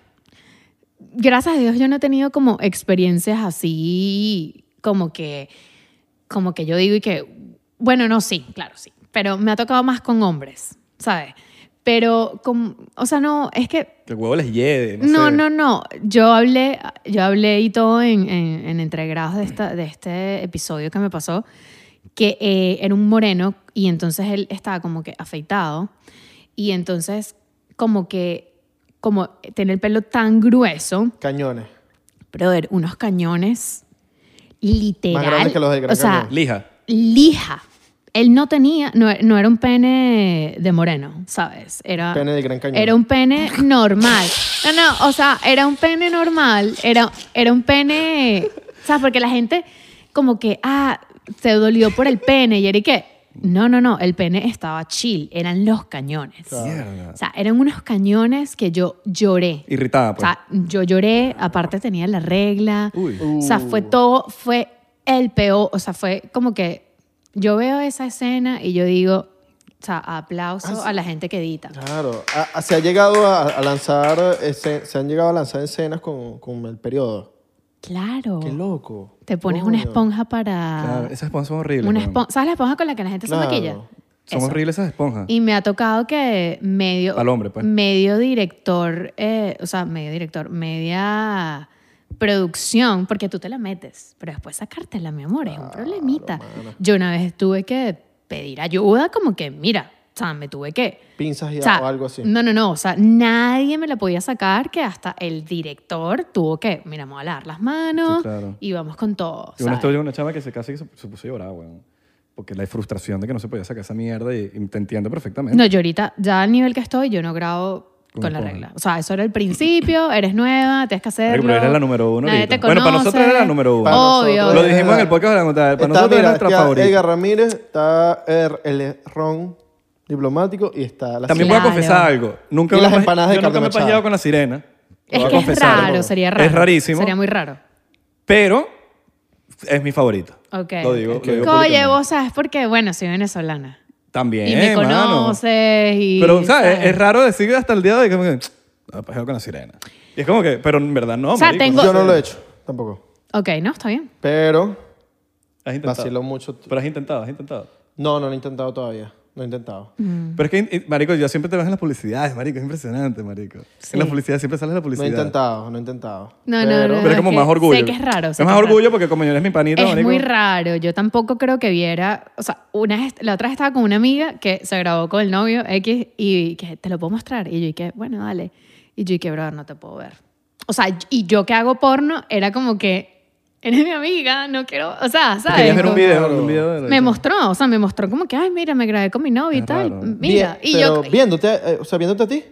gracias a Dios yo no he tenido como experiencias así, como que, como que yo digo y que, bueno, no, sí, claro, sí, pero me ha tocado más con hombres, ¿sabes? Pero, con, o sea, no, es que
Que el huevo les lleve.
no,
sé.
no, no. Yo hablé, yo hablé y todo en, en, en entregrados de, esta, de este episodio que me pasó, que eh, era un moreno y entonces él estaba como que afeitado y entonces como que, como tener el pelo tan grueso,
Cañones.
pero ver unos cañones, literal.
grandes que los del Gran
o sea,
Cañón.
Lija.
lija. Él no tenía, no, no era un pene de moreno, ¿sabes? Era,
Pene del Gran Cañón.
Ah. era un pene normal. No, no, o sea, era un pene normal. Era, era un pene. O sea, porque la gente, como que, ah, se dolió por el pene. ¿Y era y qué? No, no, no, el pene estaba chill. Eran los cañones.
Mierda.
O sea, eran unos cañones que yo lloré.
Irritada,
O
pues.
sea, yo lloré, aparte tenía la regla.
Uy.
O sea, fue todo, fue el peor, o sea, fue como que yo veo esa escena y yo digo, o sea,
Ah,
aplauso a la gente que edita.
Claro. A- a- se ha llegado a, a lanzar, eh, se, se han llegado a lanzar escenas con, con el periodo.
Claro.
Qué loco.
Te pones una
Coño.
esponja para...
Claro, esas esponjas son horribles.
una
weón.
esponja, ¿Sabes la esponja con la que la gente
Claro.
se maquilla?
Son
Eso.
horribles esas esponjas.
Y me ha tocado que medio.
Pa'l hombre, pues.
Medio director, eh, o sea, medio director, media producción, porque tú te la metes, pero después sacártela, mi amor, es un problemita. Yo una vez tuve que pedir ayuda, como que, mira, o sea, me tuve que.
Pinzas y
o sea,
o algo así.
No, no, no, o sea, nadie me la podía sacar, que hasta el director tuvo que, mira, vamos a lavar las manos
Sí, claro.
y vamos con todo.
Yo una
¿sabes?
historia de una chama que se casi se, se puso a llorar, weón. Porque la frustración de que no se podía sacar esa mierda y, y te entiendo perfectamente.
No, yo ahorita, ya al nivel que estoy, yo no grabo
Con
con la
esponja.
regla. O sea, eso era el principio, eres nueva, tienes que hacerlo.
Marico, pero eres la número uno
Nadie
ahorita.
te
Bueno, para
conoce.
nosotros eres la número uno.
Para
Obvio.
nosotros
Lo
es
dijimos en
la-
el podcast de la montada. Para
Está,
nosotros
mira,
es nuestra
está
favorita.
Edgar Ramírez, está Er- el Ron diplomático y está la
También
Silvia.
voy a
Claro.
confesar algo. Nunca
Y
me
las
pa-
empanadas de
yo nunca
carne
me he
mechada.
pajeado con la sirena.
Es
Voy a
que es
confesarlo.
raro, sería raro.
Es rarísimo.
Sería muy raro.
Pero es mi favorita.
Ok.
Lo digo. Lo digo
Oye,
públicamente.
vos sabes por qué, bueno, soy venezolana.
También,
y me
mano.
conoces y...
Pero, ¿sabes? Es raro decir hasta el día de hoy como que... "Ah, pajeo con la sirena. Y es como que... Pero en verdad no,
O sea,
marico.
tengo-
Yo-
Yo no lo he hecho, tampoco.
Ok, no, está bien.
Pero
Has intentado.
vacilo mucho.
Pero has intentado, has intentado.
No, no lo he intentado todavía. No he intentado.
Mm.
Pero es que, eh, marico, yo siempre te veo en las publicidades, marico. Es impresionante, marico.
Sí.
En las publicidades siempre sales la
No
publicidad.
he intentado, no he intentado.
No, no,
Pero-
no,
Pero es como
que
más orgullo.
sé que es raro, sé
Es
que
más
es raro.
orgullo porque como yo eres mi panita,
Es
marico.
muy raro. Yo tampoco creo que viera. O sea, una vez- la otra vez estaba con una amiga que se grabó con el novio X y que te lo puedo mostrar. Y yo dije, bueno, dale. Y yo dije, brother, no te puedo ver. O sea, y yo que hago porno era como que eres mi amiga, no quiero. O sea,
Porque Querías
¿sabes?
ver un
Como-
video, un video de la-
Me mostró, o sea, me mostró como que, ay, mira, me grabé con mi novio y
Es
tal.
raro.
Mira.
Bien,
y yo.
pero viéndote, eh, o sea, viéndote a ti.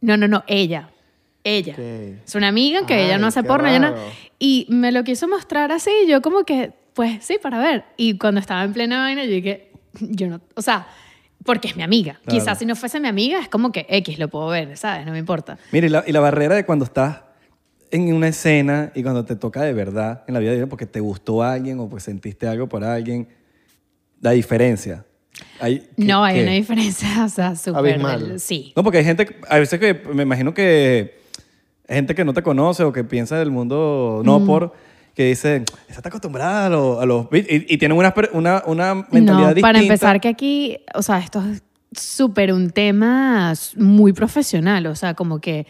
No, no, no, ella. Ella.
Ok.
Es una amiga que ella no
Ay,
hace
qué
porno. ella no-
raro.
y me lo quiso mostrar así, y yo como que, pues sí, para ver. Y cuando estaba en plena vaina, yo dije, yo no, o sea, porque es mi amiga.
Claro.
Quizás si no fuese mi amiga, es como que X lo puedo ver, ¿sabes? No me importa.
Mira, y la, y la barrera de cuando estás en una escena y cuando te toca de verdad en la vida diaria porque te gustó alguien o pues sentiste algo por alguien, la diferencia. Hay, ¿qué-
no, hay
qué?
una diferencia, o sea, súper.
Abismal.
del- Sí.
No, porque hay gente, que- a veces que me imagino que hay gente que no te conoce o que piensa del mundo
Mm.
no por, que dice, esa está acostumbrada a los... A los bits", y, y tienen una, per- una, una mentalidad
No,
distinta.
para empezar que aquí, o sea, esto es súper un tema s- muy profesional, o sea, como que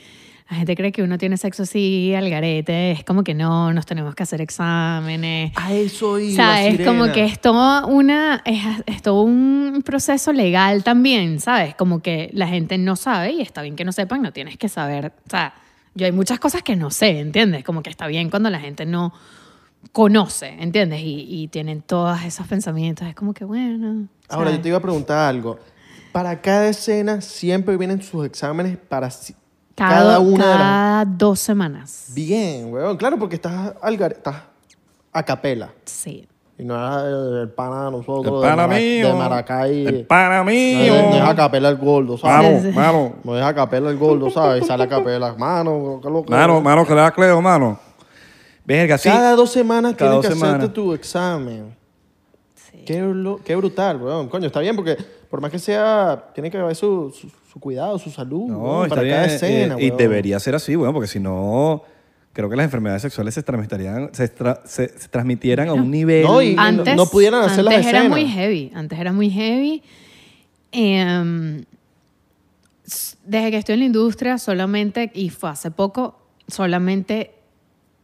la gente cree que uno tiene sexo así al garete, es como que no, nos tenemos que hacer exámenes.
A eso
O
y
sea, es como que es todo, una, es, es todo un proceso legal también, ¿sabes? Como que la gente no sabe y está bien que no sepan, no tienes que saber. O sea, yo hay muchas cosas que no sé, ¿entiendes? Como que está bien cuando la gente no, conoce, ¿entiendes? Y, y tienen todos esos pensamientos. Es como que, bueno.
Ahora,
¿sabes?
yo te iba a preguntar algo. Para cada escena siempre vienen sus exámenes para si- cada, una de las...
cada dos semanas.
Bien, weón. Claro, porque estás, al gar- estás a capela.
Sí.
Y no era el, el pana de nosotros.
El
de
pana
Mara-
mío.
De Maracay.
El pana
No
mío.
es- no es a capela el gordo, ¿sabes?
Vamos, vamos.
No es a capela el gordo, ¿sabes? Y sale a capela. Mano, qué loco.
Mano, mano, que le da Cleo, mano. Verga, sí.
Cada dos semanas
Cada
tienes
dos
que hacerte
semanas.
tu examen. Qué, lo- qué brutal, weón. Coño, está bien porque por más que sea, tiene que haber su, su, su cuidado, su salud
No,
weón,
está
para
bien.
cada
eh,
escena,
y
weón.
debería ser así, bueno, porque si no, creo que las enfermedades sexuales se transmitirían, se, tra- se- se transmitieran a un nivel.
No, y-
antes,
no pudieran hacer las
antes era
escenas.
muy heavy. Antes era muy heavy. Em, s- desde que estoy en la industria, solamente, y fue hace poco, solamente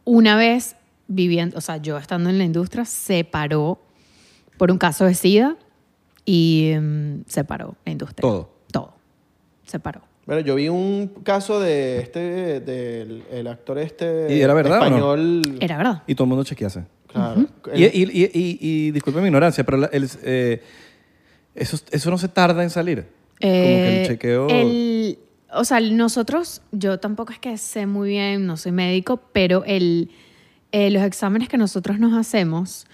una vez viviendo, o sea, yo estando en la industria, se paró por un caso de SIDA y em, se paró la industria.
Todo.
Todo. Se paró.
Bueno, yo vi un caso de este, del el actor este
¿Y era verdad o no?
español.
Era verdad.
Y todo el mundo chequease.
Claro.
Y, e- y, y, y- y disculpe mi ignorancia, pero la- el- eh, eso, eso no se tarda en salir. Como que
Eh,
el chequeo.
el- o sea, nosotros, yo tampoco es que sé muy bien, no soy médico, pero el, eh, los exámenes que nosotros nos hacemos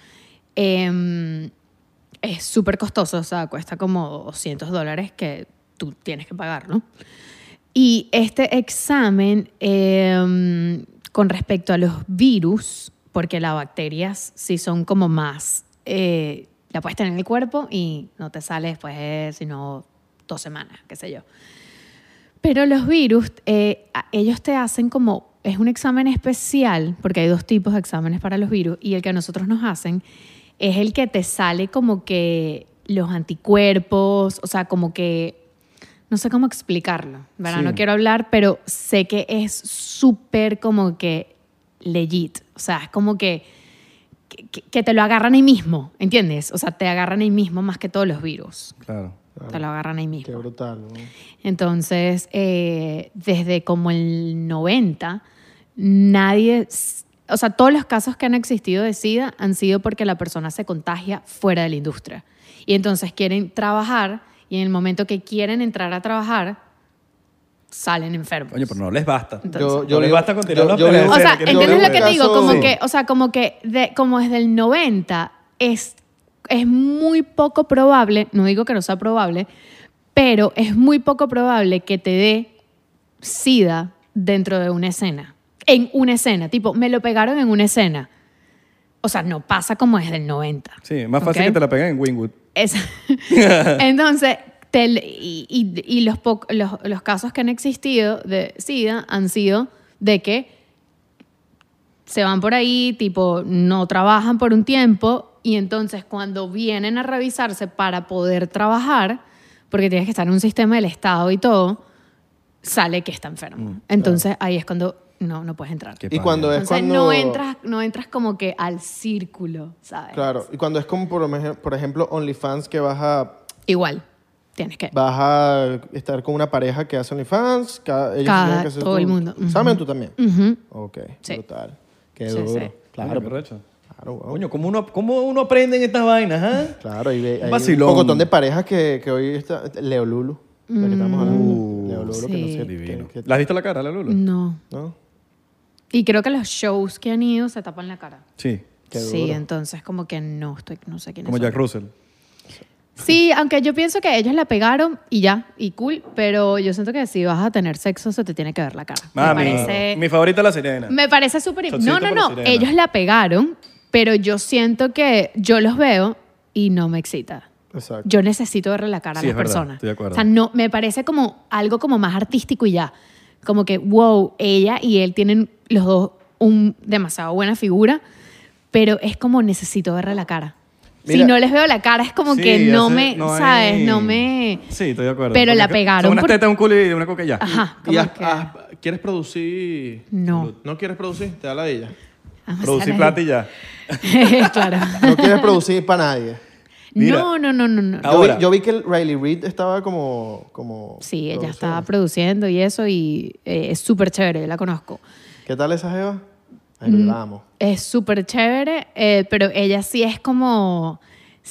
em, es súper costoso, o sea, cuesta como 200 dólares que tú tienes que pagar, ¿no? Y este examen em, con respecto a los virus, porque las bacterias sí son como más, eh, la puedes tener en el cuerpo y no te sale después de, sino dos semanas, qué sé yo. Pero los virus, eh, a- ellos te hacen como, es un examen especial, porque hay dos tipos de exámenes para los virus, y el que a nosotros nos hacen es el que te sale como que los anticuerpos, o sea, como que, no sé cómo explicarlo, ¿verdad?
Sí.
No quiero hablar, pero sé que es súper como que legit, o sea, es como que, que, que- que te lo agarran ahí mismo, ¿entiendes? O sea, te agarran ahí mismo más que todos los virus,
Claro.
te lo agarran ahí mismo.
Qué brutal, ¿no?
Entonces, eh, desde como el 90, nadie, s- o sea, todos los casos que han existido de SIDA han sido porque la persona se contagia fuera de la industria. Y entonces quieren trabajar y en el momento que quieren entrar a trabajar, salen enfermos.
Oye, pero no les basta.
Entonces-
Yo- yo
le
les basta con tirar los
vi
pelos.
un-
O sea,
yo vi
¿entiendes
un
lo que te digo?
caso-
Como que, o sea, como que de- como desde el 90 es, es muy poco probable, no digo que no sea probable, pero es muy poco probable que te dé sida dentro de una escena. En una escena, tipo, me lo pegaron en una escena. O sea, no pasa como desde el 90.
Sí, más fácil
¿ok?
que te la peguen en Wingwood.
Esa- Entonces, te- y, y- y los, poc- los, los casos que han existido de SIDA han sido de que se van por ahí, tipo, no trabajan por un tiempo y entonces cuando vienen a revisarse para poder trabajar, porque tienes que estar en un sistema del Estado y todo, sale que está enfermo. entonces ahí es cuando no, no puedes entrar.
Qué
Y cuando
paja.
es
Entonces
cuando...
no, entras, no entras como que al círculo, ¿sabes?
Claro, y cuando es como, por, ej- por ejemplo, OnlyFans que vas a,
Igual, tienes que...
vas a estar con una pareja que hace OnlyFans, cada, ellos
Cada-
tienen que hacer
todo
tu
el mundo, ujú.
examen, tú también.
Ujú.
Ok,
Sí.
brutal. Qué
Sí, sí.
duro. Claro,
Coño, qué recho.
claro, wow.
Coño, ¿cómo uno, ¿cómo uno aprende en estas vainas, ah?
Claro, y ve, hay
vacilón.
un pocotón de parejas que, que hoy está... Leo Lulu, de la que estamos hablando.
Uh,
Leo Lulu, que no
Mm, sí.
sé...
Divino.
que- que-
¿La has visto la cara, la Lulu?
No.
¿no?
Y creo que los shows que han ido se tapan la cara.
Sí,
Qué
sí,
duro.
entonces como que no estoy, no sé quién
como Jack Russell.
Sí, aunque yo pienso que ellos la pegaron y ya, y cool, pero yo siento que si vas a tener sexo se te tiene que ver la cara.
Mami,
me parece,
mi favorita la sirena.
me parece súper...
Shotcito
No, no,
para
no,
Sirena.
ellos la pegaron, pero yo siento que yo los veo y no me excita.
Exacto.
Yo necesito verle la cara
Sí,
a
es
las
verdad,
personas.
estoy de acuerdo.
O sea, no, me parece como algo como más artístico y ya. Como que, wow, ella y él tienen los dos un demasiado buena figura, pero es como necesito verle la cara. si
Mira.
no les veo la cara es como
Sí,
que no
ese-
me,
hay-
¿sabes? No me...
Sí, estoy de acuerdo.
Pero la
Porque
pegaron
Son unas
por-
tetas, un culo y una coca y ya.
Ajá,
¿Y
como
has-
que...
has- quieres producir?
No.
¿No quieres producir? Te da la ella.
vamos a
Producí
hacer
plata y ya.
ahí. claro.
No quieres producir para nadie.
Mira. Ah,
No, no, no, no, no.
Yo vi-
Ahora.
Yo vi, que el Riley Reid estaba como... como
Sí, ella
produciendo.
estaba produciendo y eso y eh, es súper chévere, yo la conozco.
¿Qué tal esa jeva? Ahí
Mm.
lo vamos.
Es súper chévere, eh, pero ella sí es como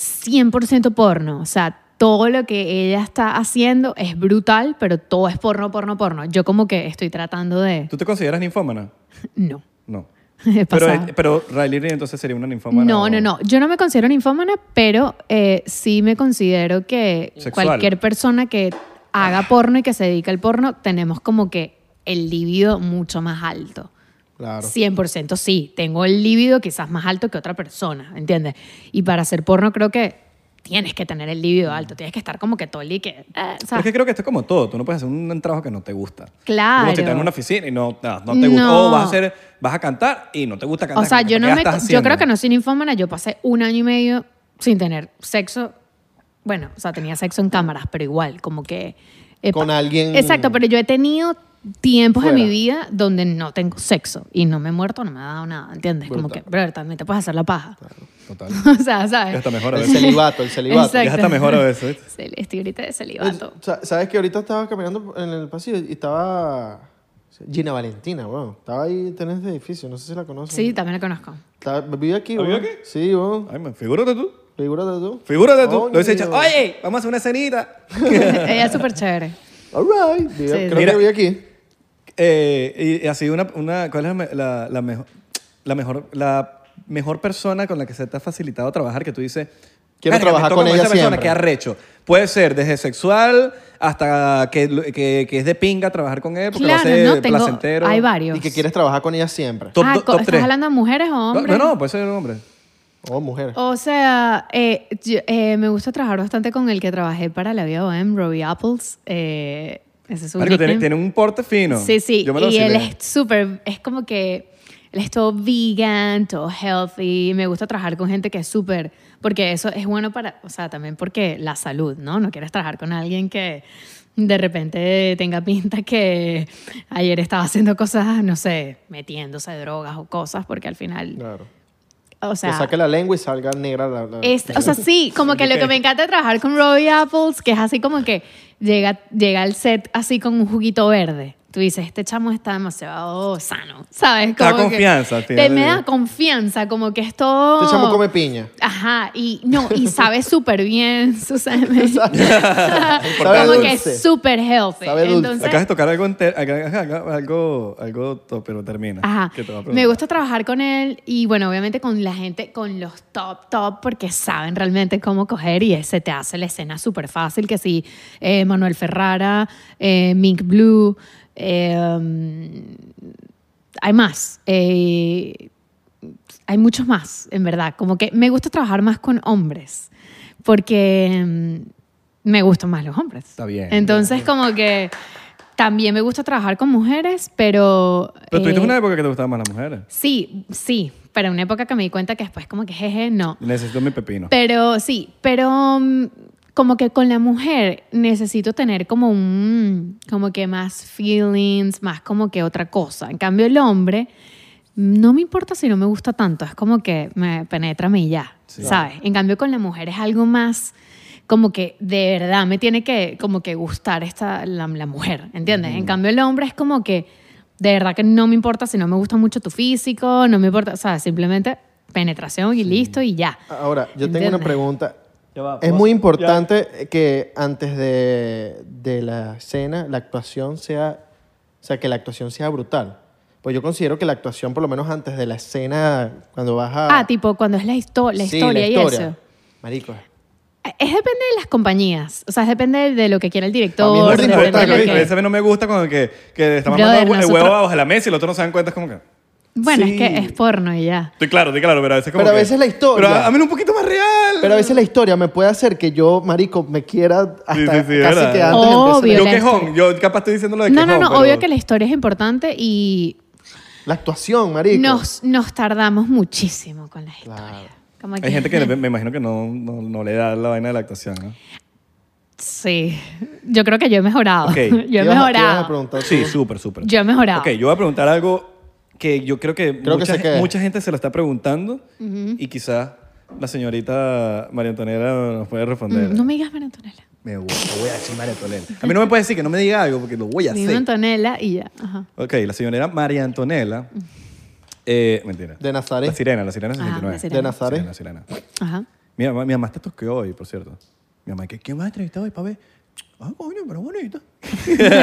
100% porno. O sea, todo lo que ella está haciendo es brutal, pero todo es porno, porno, porno. Yo como que estoy tratando de...
¿Tú te consideras ninfómana?
No.
No.
He
Pero, eh,
pasado.
pero Riley Reid entonces sería una ninfómana.
No,
o-
no, no. Yo no me considero ninfómana, pero eh, sí me considero que
Sexual.
cualquier persona que haga porno y que se dedica al porno, tenemos como que el líbido mucho más alto.
Claro.
100% sí. Tengo el líbido quizás más alto que otra persona, ¿entiendes? Y para hacer porno creo que tienes que tener el líbido alto. Tienes que estar como que todo el día que... eh, o sea,
Pero Mm. es que creo que esto es como todo. Tú no puedes hacer un trabajo que no te gusta.
Claro.
Como si estás en una oficina y no, no, no te gusta.
No.
O vas a, hacer, vas a cantar y no te gusta cantar.
O sea,
¿Qué-
yo,
qué
no me,
estás
yo
haciendo?
creo que no soy ninfómana. Yo pasé un año y medio sin tener sexo. Bueno, o sea, tenía sexo en cámaras, pero igual, como que... eh,
Con
pa-
alguien-
Exacto, pero yo he tenido tiempos en
Fuera.
mi vida donde no tengo sexo y no me he muerto, no me ha dado nada, ¿entiendes? Como que, brother, también te puedes hacer la paja.
Total.
o sea, ¿sabes?
Ya está mejor a
El
veces.
celibato, el celibato.
Exacto.
Ya está mejor a veces. ¿viste?
Cel- Estoy ahorita de celibato.
Eh, sa- ¿Sabes que ahorita estaba caminando en el pasillo y estaba Gina Valentina, weón? Estaba ahí tenés de edificio, no sé si la conoces.
Sí, también la conozco.
Está- vive aquí,
¿Ah,
weón.
vive aquí?
Sí, weón.
Ay, man, figúrate tú.
Figúrate tú.
Figúrate tú. Lo hubiese
Coño.
dicho, oye, vamos a hacer una cenita.
Ella es súper chévere.
All right. Vive-
Sí,
Creo
sí.
que vive aquí.
Eh, y, y así una, una ¿cuál es la, me- la, la mejor, la mejor, la mejor persona con la que se te ha facilitado trabajar que tú dices
Quiero
"Verga, me
trabajar
toca
con ella
esa persona
siempre"?
que arrecho. Puede ser desde sexual hasta que, lo- que, que es de pinga trabajar con él porque
Claro,
lo hace
no tengo.
placentero.
Hay varios.
Y que quieres trabajar con ella siempre.
Top,
Ah,
do-
co-
top
¿Estás
tres.
hablando de mujeres o
No,
hombres?
no, no, puede ser hombre.
Oh, mujer.
O sea, eh, yo- eh, me gusta trabajar bastante con el que trabajé para la vida OM, Robbie Apples. Eh, ese es un
Marico, tiene,
nickname.
tiene un porte fino.
Sí, sí.
Yo me lo
Y él
vacilé.
es súper, es como que él es todo vegan, todo healthy. Me gusta trabajar con gente que es súper, porque eso es bueno para, o sea, también porque la salud, ¿no? No quieres trabajar con alguien que de repente tenga pinta que ayer estaba haciendo cosas, no sé, metiéndose drogas o cosas, porque al final,
Claro.
o
que
sea... este
saque la lengua y salga negra la... la-
Es- o sea, sí, como que lo que me encanta de trabajar con Robbie Apples, que es así como que llega, llega al set así con un juguito verde. Tú dices, este chamo está demasiado sano, ¿sabes?
Te da
Como que-
confianza, al
te-
final
me
del
da
día.
confianza, como que es todo...
Este chamo come piña.
Ajá, y no, y sabe súper bien, Susana.
Sabe
como que
dulce.
es súper healthy.
Sabe dulce.
Entonces,
Acabas de tocar algo, enter- acá- acá- acá- algo, algo top, pero termina.
Ajá.
¿Qué te va a preguntar?
Me gusta trabajar con él y, bueno, obviamente con la gente, con los top, top, porque saben realmente cómo coger y se te hace la escena súper fácil. Que si eh, Manuel Ferrara, eh, Mink Blue, eh, mm, hay más. eh, hay muchos más, en verdad. Como que me gusta trabajar más con hombres porque mm, me gustan más los hombres.
Está bien.
Entonces, como que. También me gusta trabajar con mujeres, pero...
Pero tú
eh,
tuviste una época que te gustaban más las mujeres.
Sí, sí, pero una época que me di cuenta que después como que jeje, no.
Necesito mi pepino.
Pero sí, pero mm, como que con la mujer necesito tener como un, como que más feelings, más como que otra cosa. En cambio el hombre, no me importa si no me gusta tanto, es como que me penetra y ya,
Sí.
¿sabes? En cambio con la mujer es algo más como que de verdad me tiene que como que gustar esta la, la mujer, ¿entiendes? En cambio el hombre es como que de verdad que no me importa si no me gusta mucho tu físico, no me importa, o sea, simplemente penetración y listo y ya.
Ahora, yo tengo
¿Entiendes?
una pregunta.
Ya va,
es
vos-
muy importante que antes de, de la escena, la actuación sea... O sea, que la actuación sea brutal. Pues yo considero que la actuación, por lo menos antes de la escena, cuando vas a...
Ah, tipo, cuando es la, histo- la
Sí,
historia y eso.
Marico.
Es depende de las compañías. O sea, es depende de lo que quiera el director.
A mí no me
depende
importa,
de lo
Luis,
que-
que-
A veces no me gusta cuando que, que estamos
Brother,
mandando el
nosotros-
huevo abajo de la mesa y los otros no se dan cuenta. Es como que.
Bueno,
Sí.
es que es porno y ya.
Estoy claro, estoy claro, pero a veces como
Pero a
que-
veces la historia-
Pero a- a mí un poquito más real.
Pero a veces la historia me puede hacer que yo, marico, me quiera hasta
Sí, sí, sí,
casi
¿verdad?
que antes de empezar.
Obvio.
Yo
la
quejón,
historia.
yo capaz estoy diciendo lo de
No,
quejón.
no, no.
pero-
Obvio que la historia es importante y
La actuación, marico.
nos, nos tardamos muchísimo con la historia.
Claro.
Como
Hay gente que me imagino que no, no, no le da la vaina de la actuación. ¿no?
Sí. Yo creo que yo he mejorado.
Ok.
¿Qué
Yo he
ibas a- qué ibas a
mejorado.
preguntar tú?
Sí, súper, súper.
Yo he mejorado. Mm,
Ok, yo voy a preguntar algo que yo creo que,
Creo que
mucha,
sé qué es.
mucha gente se lo está preguntando y quizás la señorita María Antonella nos puede responder.
Mm, No me digas María Antonella.
Me voy, te voy a decir María Antonella. A mí no me puede decir que no me diga algo porque lo voy a
Dime
hacer.
Antonella y ya. Ajá.
Ok, la señora María Antonella. Eh, mentira.
De Nazaret.
La sirena, la sirena 69.
Ah, la sirena.
De Nazaret.
La sirena, la sirena.
Ajá.
Mi mamá, mi mamá está tosqueó hoy, por cierto. Mi mamá, ¿qué, qué más entrevista hoy para ver? Ah, coño, pero bonito.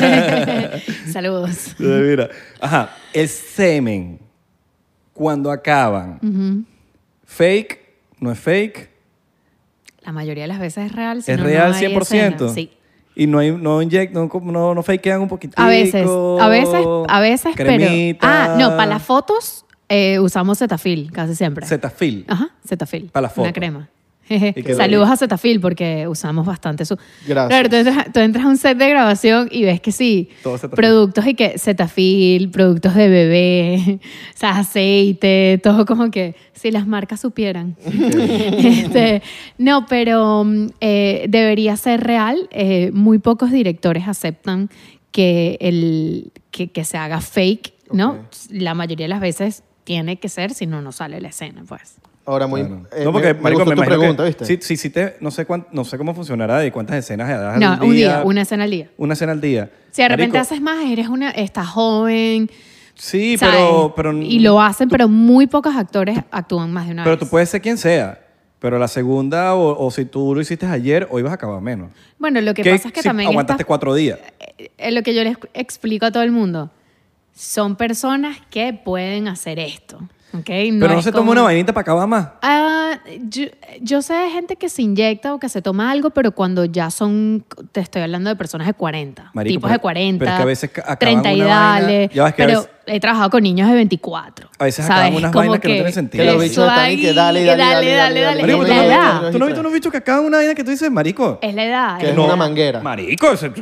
Saludos.
Mira. Ajá, el semen. ¿Cuál- cuando acaban. Fake, no es fake,
La mayoría de las veces es real. si
es
no, no
real
hay
100%.
escena. Sí.
Y no, hay, no, inyect, no, no, no fakean un poquitito.
A veces, a veces, a veces, pero... Ah, no, para las fotos eh, usamos Cetaphil casi siempre.
Zetafil.
Ajá, Cetaphil.
Pa' la foto.
Una crema.
Y que-
Saludos a Cetaphil porque usamos bastante su...
Gracias.
Claro, tú entras, tú entras a un set de grabación y ves que sí,
Todo Cetaphil.
productos y que Cetaphil, productos de bebé, o sea, aceite, todo como que si las marcas supieran. Este, no, pero mm, eh, debería ser real. Eh, muy pocos directores aceptan que, el, que, que se haga fake, ¿no?
Ok.
La mayoría de las veces tiene que ser, si no, no sale la escena, pues.
Ahora muy...
Claro.
eh,
no, porque,
me, me
marico,
gustó
me
tu
imagino
pregunta,
que
¿viste?
si- si hiciste- no sé, cuán- no sé cómo funcionará y cuántas escenas harás
No,
al
un día, una escena al día.
una escena al día.
Si de repente
Marico,
haces más, eres una, estás joven,
Sí,
¿sabes?
pero, pero...
y lo hacen, pero muy pocos actores actúan más de una
Pero
vez.
tú puedes ser quien sea. Pero la segunda, o, o si tú lo hiciste ayer, hoy vas a acabar menos.
Bueno, lo que
¿Qué
pasa es que
si
también
Aguantaste
estas-
cuatro días.
eh, eh, lo que yo les explico a todo el mundo, son personas que pueden hacer esto, ¿ok?
pero no
es
se
como-
toma una vainita para acabar más.
Ah, yo, yo sé de gente que se inyecta o que se toma algo, pero cuando ya son, te estoy hablando de personas de 40,
Marico,
tipos
pero-
de 40,
pero es que a veces ca- acaban
30 y
una vaina-
dale,
ya ves que a
pero
veces-
he trabajado con niños de 24.
A veces
¿sabes?
acaban unas
Como
vainas que no tienen sentido.
Que los
eso
bichos están y
ahí,
que dale, dale, dale, dale,
dale,
Marico,
es
dale,
¿tú,
la
dale,
no,
dale,
edad,
dale.
tú no has visto unos bichos que acaban una vaina que tú dices, marico.
es la edad.
Que
es
es
la
una
edad.
manguera.
Marico, ese-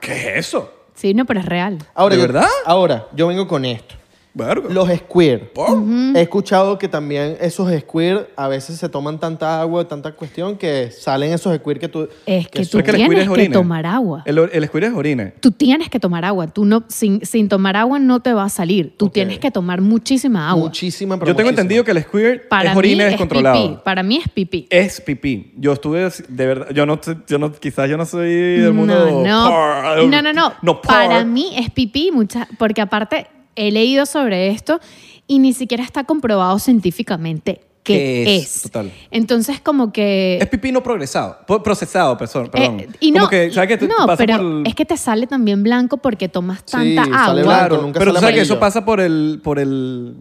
¿qué es eso?
Sí, no, pero es real.
Ahora,
¿De
yo-
verdad?
Ahora, yo vengo con esto.
Verga. Oh.
Los squirt.
Mm.
He escuchado que también esos squirt a veces se toman tanta agua, tanta cuestión que salen esos squirt que tú...
Es que
son-
tú
el squirt
tienes que
orine.
tomar agua.
El, or- el squirt es orine.
Tú tienes que tomar agua. Tú no, sin, sin tomar agua no te va a salir. Tú
Ok.
tienes que tomar muchísima agua.
Muchísima,
Yo tengo entendido que el squirt
Para
es orine
mí
descontrolado.
Es pipí. Para mí es pipí.
Es pipí. Yo estuve así- de verdad, yo no, sé- yo no quizás yo no soy del mundo
No, no.
par-
no, no, no.
no par.
Para mí es pipí, mucha, porque aparte he leído sobre esto y ni siquiera está comprobado científicamente qué,
¿Qué es?
es.
Total.
Entonces, como que.
Es pipí no progresado, po- procesado, perso- perdón.
eh, y
Como
no,
que, ¿sabes qué? Tú
no
pasas
pero
por el-
es que te sale también blanco porque tomas
Sí,
tanta
sale
agua.
blanco.
Claro,
nunca
pero tú
sale
sabes que eso
amarillo.
pasa por el, por el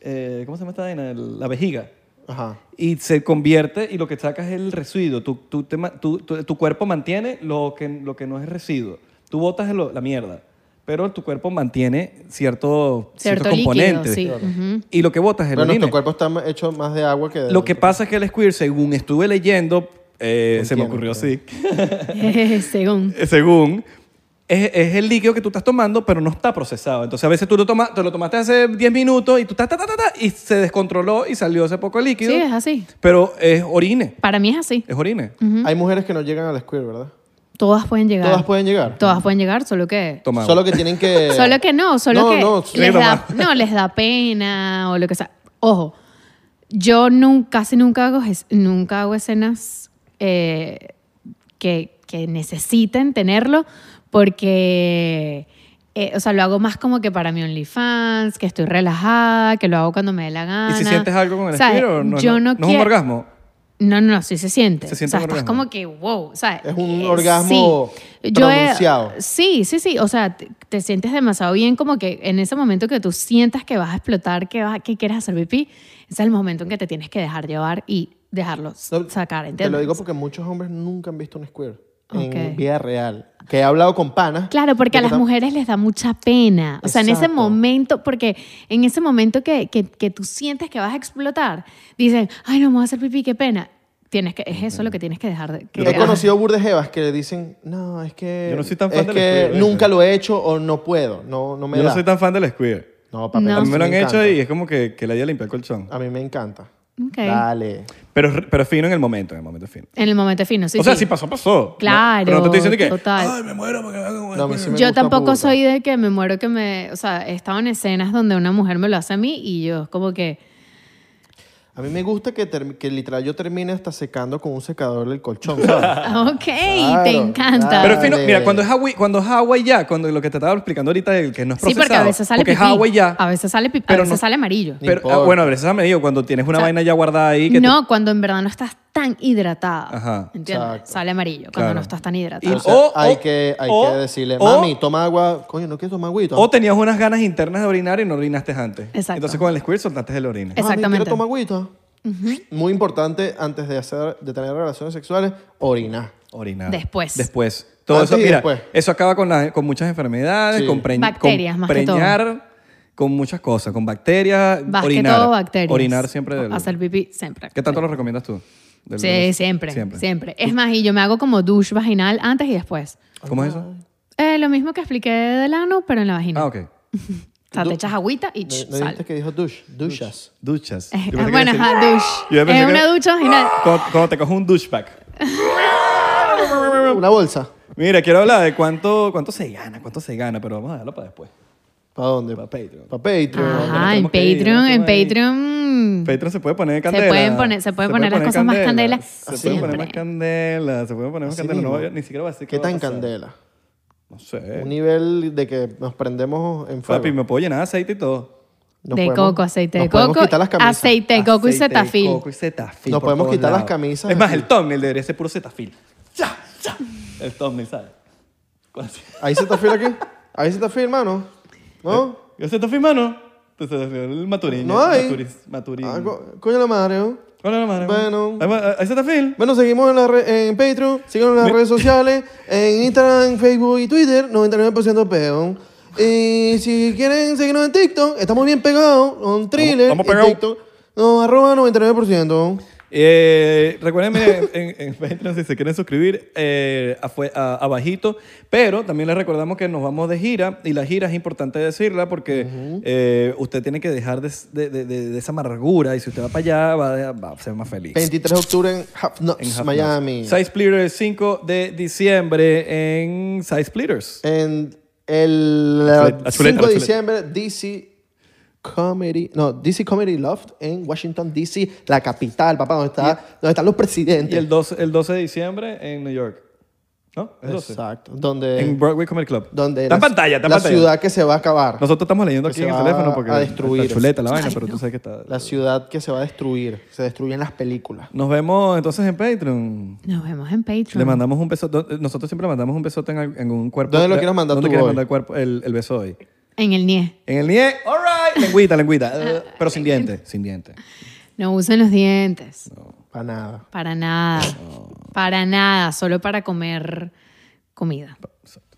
eh, ¿cómo se llama esta vaina? El- la vejiga.
Ajá.
Y se convierte y lo que sacas es el residuo. Tu, tu, te ma- tu- tu- tu cuerpo mantiene lo que, lo que no es residuo. Tú botas lo- la mierda, pero tu cuerpo mantiene cierto,
Cierto
cierto,
líquido,
componente.
sí. Claro. Ujú.
Y lo que botas es el
Pero
orine.
nuestro cuerpo está hecho más de agua que de...
Lo que pasa es que el squirt, según estuve leyendo, eh, se me
Contiene,
ocurrió
claro.
así,
Según.
eh, según, es, es el líquido que tú estás tomando, pero no está procesado. Entonces, a veces tú lo, tomas, te lo tomaste hace 10 minutos y tú ta, ta, ta, ta, ta, y se descontroló y salió ese poco de líquido.
Sí, es así.
Pero es orine.
Para mí es así.
Es orine.
Hay mujeres que no llegan al squirt, ¿verdad?
Todas pueden llegar.
Todas pueden llegar.
Todas pueden llegar, solo que.
Toma.
Solo que tienen que...
Solo que no, solo
No,
que
no,
les,
sí,
da,
mamá.
no, les da pena o lo que sea. Ojo, yo nun- casi nunca hago, es- nunca hago escenas eh, que, que necesiten tenerlo porque, eh, o sea, lo hago más como que para mi OnlyFans, que estoy relajada, que lo hago cuando me dé la gana.
¿Y si sientes algo con el
¿Sabes?
squirt o no?
Yo
no,
no,
es un
quiero-
orgasmo.
no, no, no, sí se siente.
Se siente
o sea,
un
estás
orgasmo.
como que, wow, ¿sabes?
Es un
Eh,
orgasmo
sí.
pronunciado.
sí, sí, sí. O sea, te, te sientes demasiado bien como que en ese momento que tú sientas que vas a explotar, que, vas, que quieres hacer pipí, ese es el momento en que te tienes que dejar llevar y dejarlo s-
No,
sacar, ¿entiendes?
Te lo digo porque muchos hombres nunca han visto un squirt
Ok.
en vida real. Que he hablado con panas.
Claro, porque a
de que
las
tam-
mujeres les da mucha pena. O sea, en ese
Exacto.
momento, porque en ese momento que, que, que tú sientes que vas a explotar, dicen, ay, no me voy a hacer pipí, qué pena. Tienes que, es eso lo que tienes que dejar. de- que-
Yo he conocido burdejevas que le dicen, no, es que,
Yo no soy tan
es
fan del
que
squirt,
nunca
¿viste?
lo he hecho o no puedo, no, no me
Yo
da.
no soy tan fan del squirt.
No, papi,
No.
a
A
mí
mí me lo han
me
hecho
encanta.
y es como que, que la idea limpia el colchón.
A mí me encanta.
Ok.
Dale.
Pero, es- pero es fino en el momento, en el momento es fino.
En el momento fino, sí.
o sea,
sí.
si pasó, pasó. ¿no?
Claro,
pero no te estoy diciendo que.
total.
Ay, me muero porque me hagan un
No, a mí sí me
Yo
gusta
tampoco
burda.
soy de que me muero que me... O sea, he estado en escenas donde una mujer me lo hace a mí y yo es como que...
A mí me gusta que, term- que literal yo termine hasta secando con un secador el colchón, ¿sabes?
ah, Ok,
Claro,
te encanta.
claro.
Pero es fino,
Dale.
mira, cuando es agua, y- cuando es agua y ya, cuando lo que te estaba explicando ahorita el que no es
sí,
procesado.
porque a veces sale
porque
pipí.
es agua y ya.
A veces sale pipí, a
Pero
veces
no-
sale amarillo.
No
Pero, ah,
importa.
bueno, a veces me digo, cuando tienes una
O sea,
vaina ya guardada ahí que te-
No, cuando en verdad no estás tan hidratada.
Ajá,
¿Entiendes?
exacto.
Sale amarillo cuando
Claro.
no estás tan hidratada.
Y-
O sea,
o-
hay
o-
que, hay
o-
que decirle,
o-
mami, toma agua. Coño, no quiero tomar agüita.
O tenías unas ganas internas de orinar y no orinaste antes.
Exacto.
Entonces con el squirt soltaste el orina.
Es-
Mami,
Exactamente.
quiero tomar agüita. Muy importante antes de, hacer, de tener relaciones sexuales, orinar.
Orinar.
Después.
Después. Todo
Antes
eso,
y
mira,
Ah, después.
eso acaba con, las- con muchas enfermedades,
Sí.
con, preñ-
Bacterias,
con
más que todo.
preñar, con muchas cosas, con bacterias,
Más que
orinar.
todo bacterias.
Orinar siempre. del-
Hacer pipí siempre.
¿Qué tanto lo recomiendas tú? Del-
Sí, siempre, siempre. Es más, y yo me hago como douche vaginal antes y después.
¿Cómo es eso?
Eh, lo mismo que expliqué del ano, pero en la vagina.
Ah, ok.
O sea,
Du-
te echas agüita y ch,
¿No
sal.
viste que dijo douche? Duchas.
Duchas.
Eh,
Yo pensé que
bueno,
decía-
ajá,
Yo
douche.
pensé
Es
que-
una ducha vaginal.
Cuando, cuando te coges un douchebag.
Una bolsa.
Mira, quiero hablar de cuánto, cuánto se gana, cuánto se gana, pero vamos a dejarlo para después.
¿Para dónde?
Para Patreon.
Para Patreon.
no
Ajá, en
tenemos que ir,
Patreon,
no
en
tenemos ahí.
Patreon.
Patreon se puede poner candela.
pueden poner- se pueden poner las cosas más candela
Se pueden poner más
siempre.
candela, se pueden poner más
Así
candela. No
mismo.
voy a- ni siquiera voy a decir
¿Qué
va a
tan
pasar.
candela?
No
Un
sé.
nivel de que nos prendemos en fuego.
Papi, me puedo llenar de aceite y todo.
Nos
de
podemos-
coco, aceite
nos
de
podemos
coco.
quitar las camisas.
Aceite de coco y
Aceite de
cetafil.
coco y cetafil
Nos
por
podemos
todos
quitar
lados.
las camisas
Es más,
aquí.
el thumbnail debería ser puro cetafil. ¡Ya! ¡Ya! El thumbnail, ¿sabes? Con así.
Ahí se te afila aquí. Ahí se te afila, hermano. ¿No?
¿Y el cetafil, mano? Entonces, el maturín.
No hay.
Maturiz- Maturín.
Ah, co- coño la madre, ¿no?
Hola, la madre.
Bueno.
Ahí va- ¿Ahí cetafil?
Bueno, seguimos en, la re- en Patreon, síganos en las redes sociales, en Instagram, Facebook y Twitter, 99% peón. Y si quieren seguirnos en TikTok, estamos bien pegados, con thriller,
Estamos- estamos
en
pegados.
TikTok, nos arroba 99%.
Eh, recuerden en, en- en Patreon si se quieren suscribir eh, afue- a- abajito, pero también les recordamos que nos vamos de gira y la gira es importante decirla porque eh, usted tiene que dejar de, de- de- de- de esa amargura y si usted va para allá va, de- va a ser más feliz.
23 de octubre en Half
En
Nuts,
Half
Miami.
Nuts. Side Splitter el 5 de diciembre en Side Splitters.
En el
La
eh,
chuleta, la
5 de
chuleta.
diciembre, DC Comedy, no, DC Comedy Loft en Washington, DC, la capital, papá, donde, está, donde están los presidentes.
Y el 12, el 12 de diciembre en New York. ¿No? El 12.
Exacto, donde...
En Broadway Comedy Club.
donde
está en
la-
pantalla, está en
la
pantalla.
ciudad que se va a acabar,
Ah. Nosotros estamos leyendo aquí
Que
en el
se va
teléfono porque
a destruir.
la chuleta, la vaina, pero tú sabes que está.
la ciudad que se va a destruir, se destruyen las películas.
Nos vemos entonces en Patreon.
Nos vemos en Patreon.
Le mandamos un beso. do- Nosotros siempre le mandamos un besote en, al- en un cuerpo.
¿Dónde lo
de-
quieres mandar
¿Dónde
tú
quieres
hoy?
mandar el, cuerpo, el, el beso hoy?
En el NIE.
En el nie. All right. Lengüita, lengüita. Eh, pero sin diente. Sin diente.
No usen los dientes.
Para nada.
Para nada. Para nada. Solo para comer comida.
Exacto.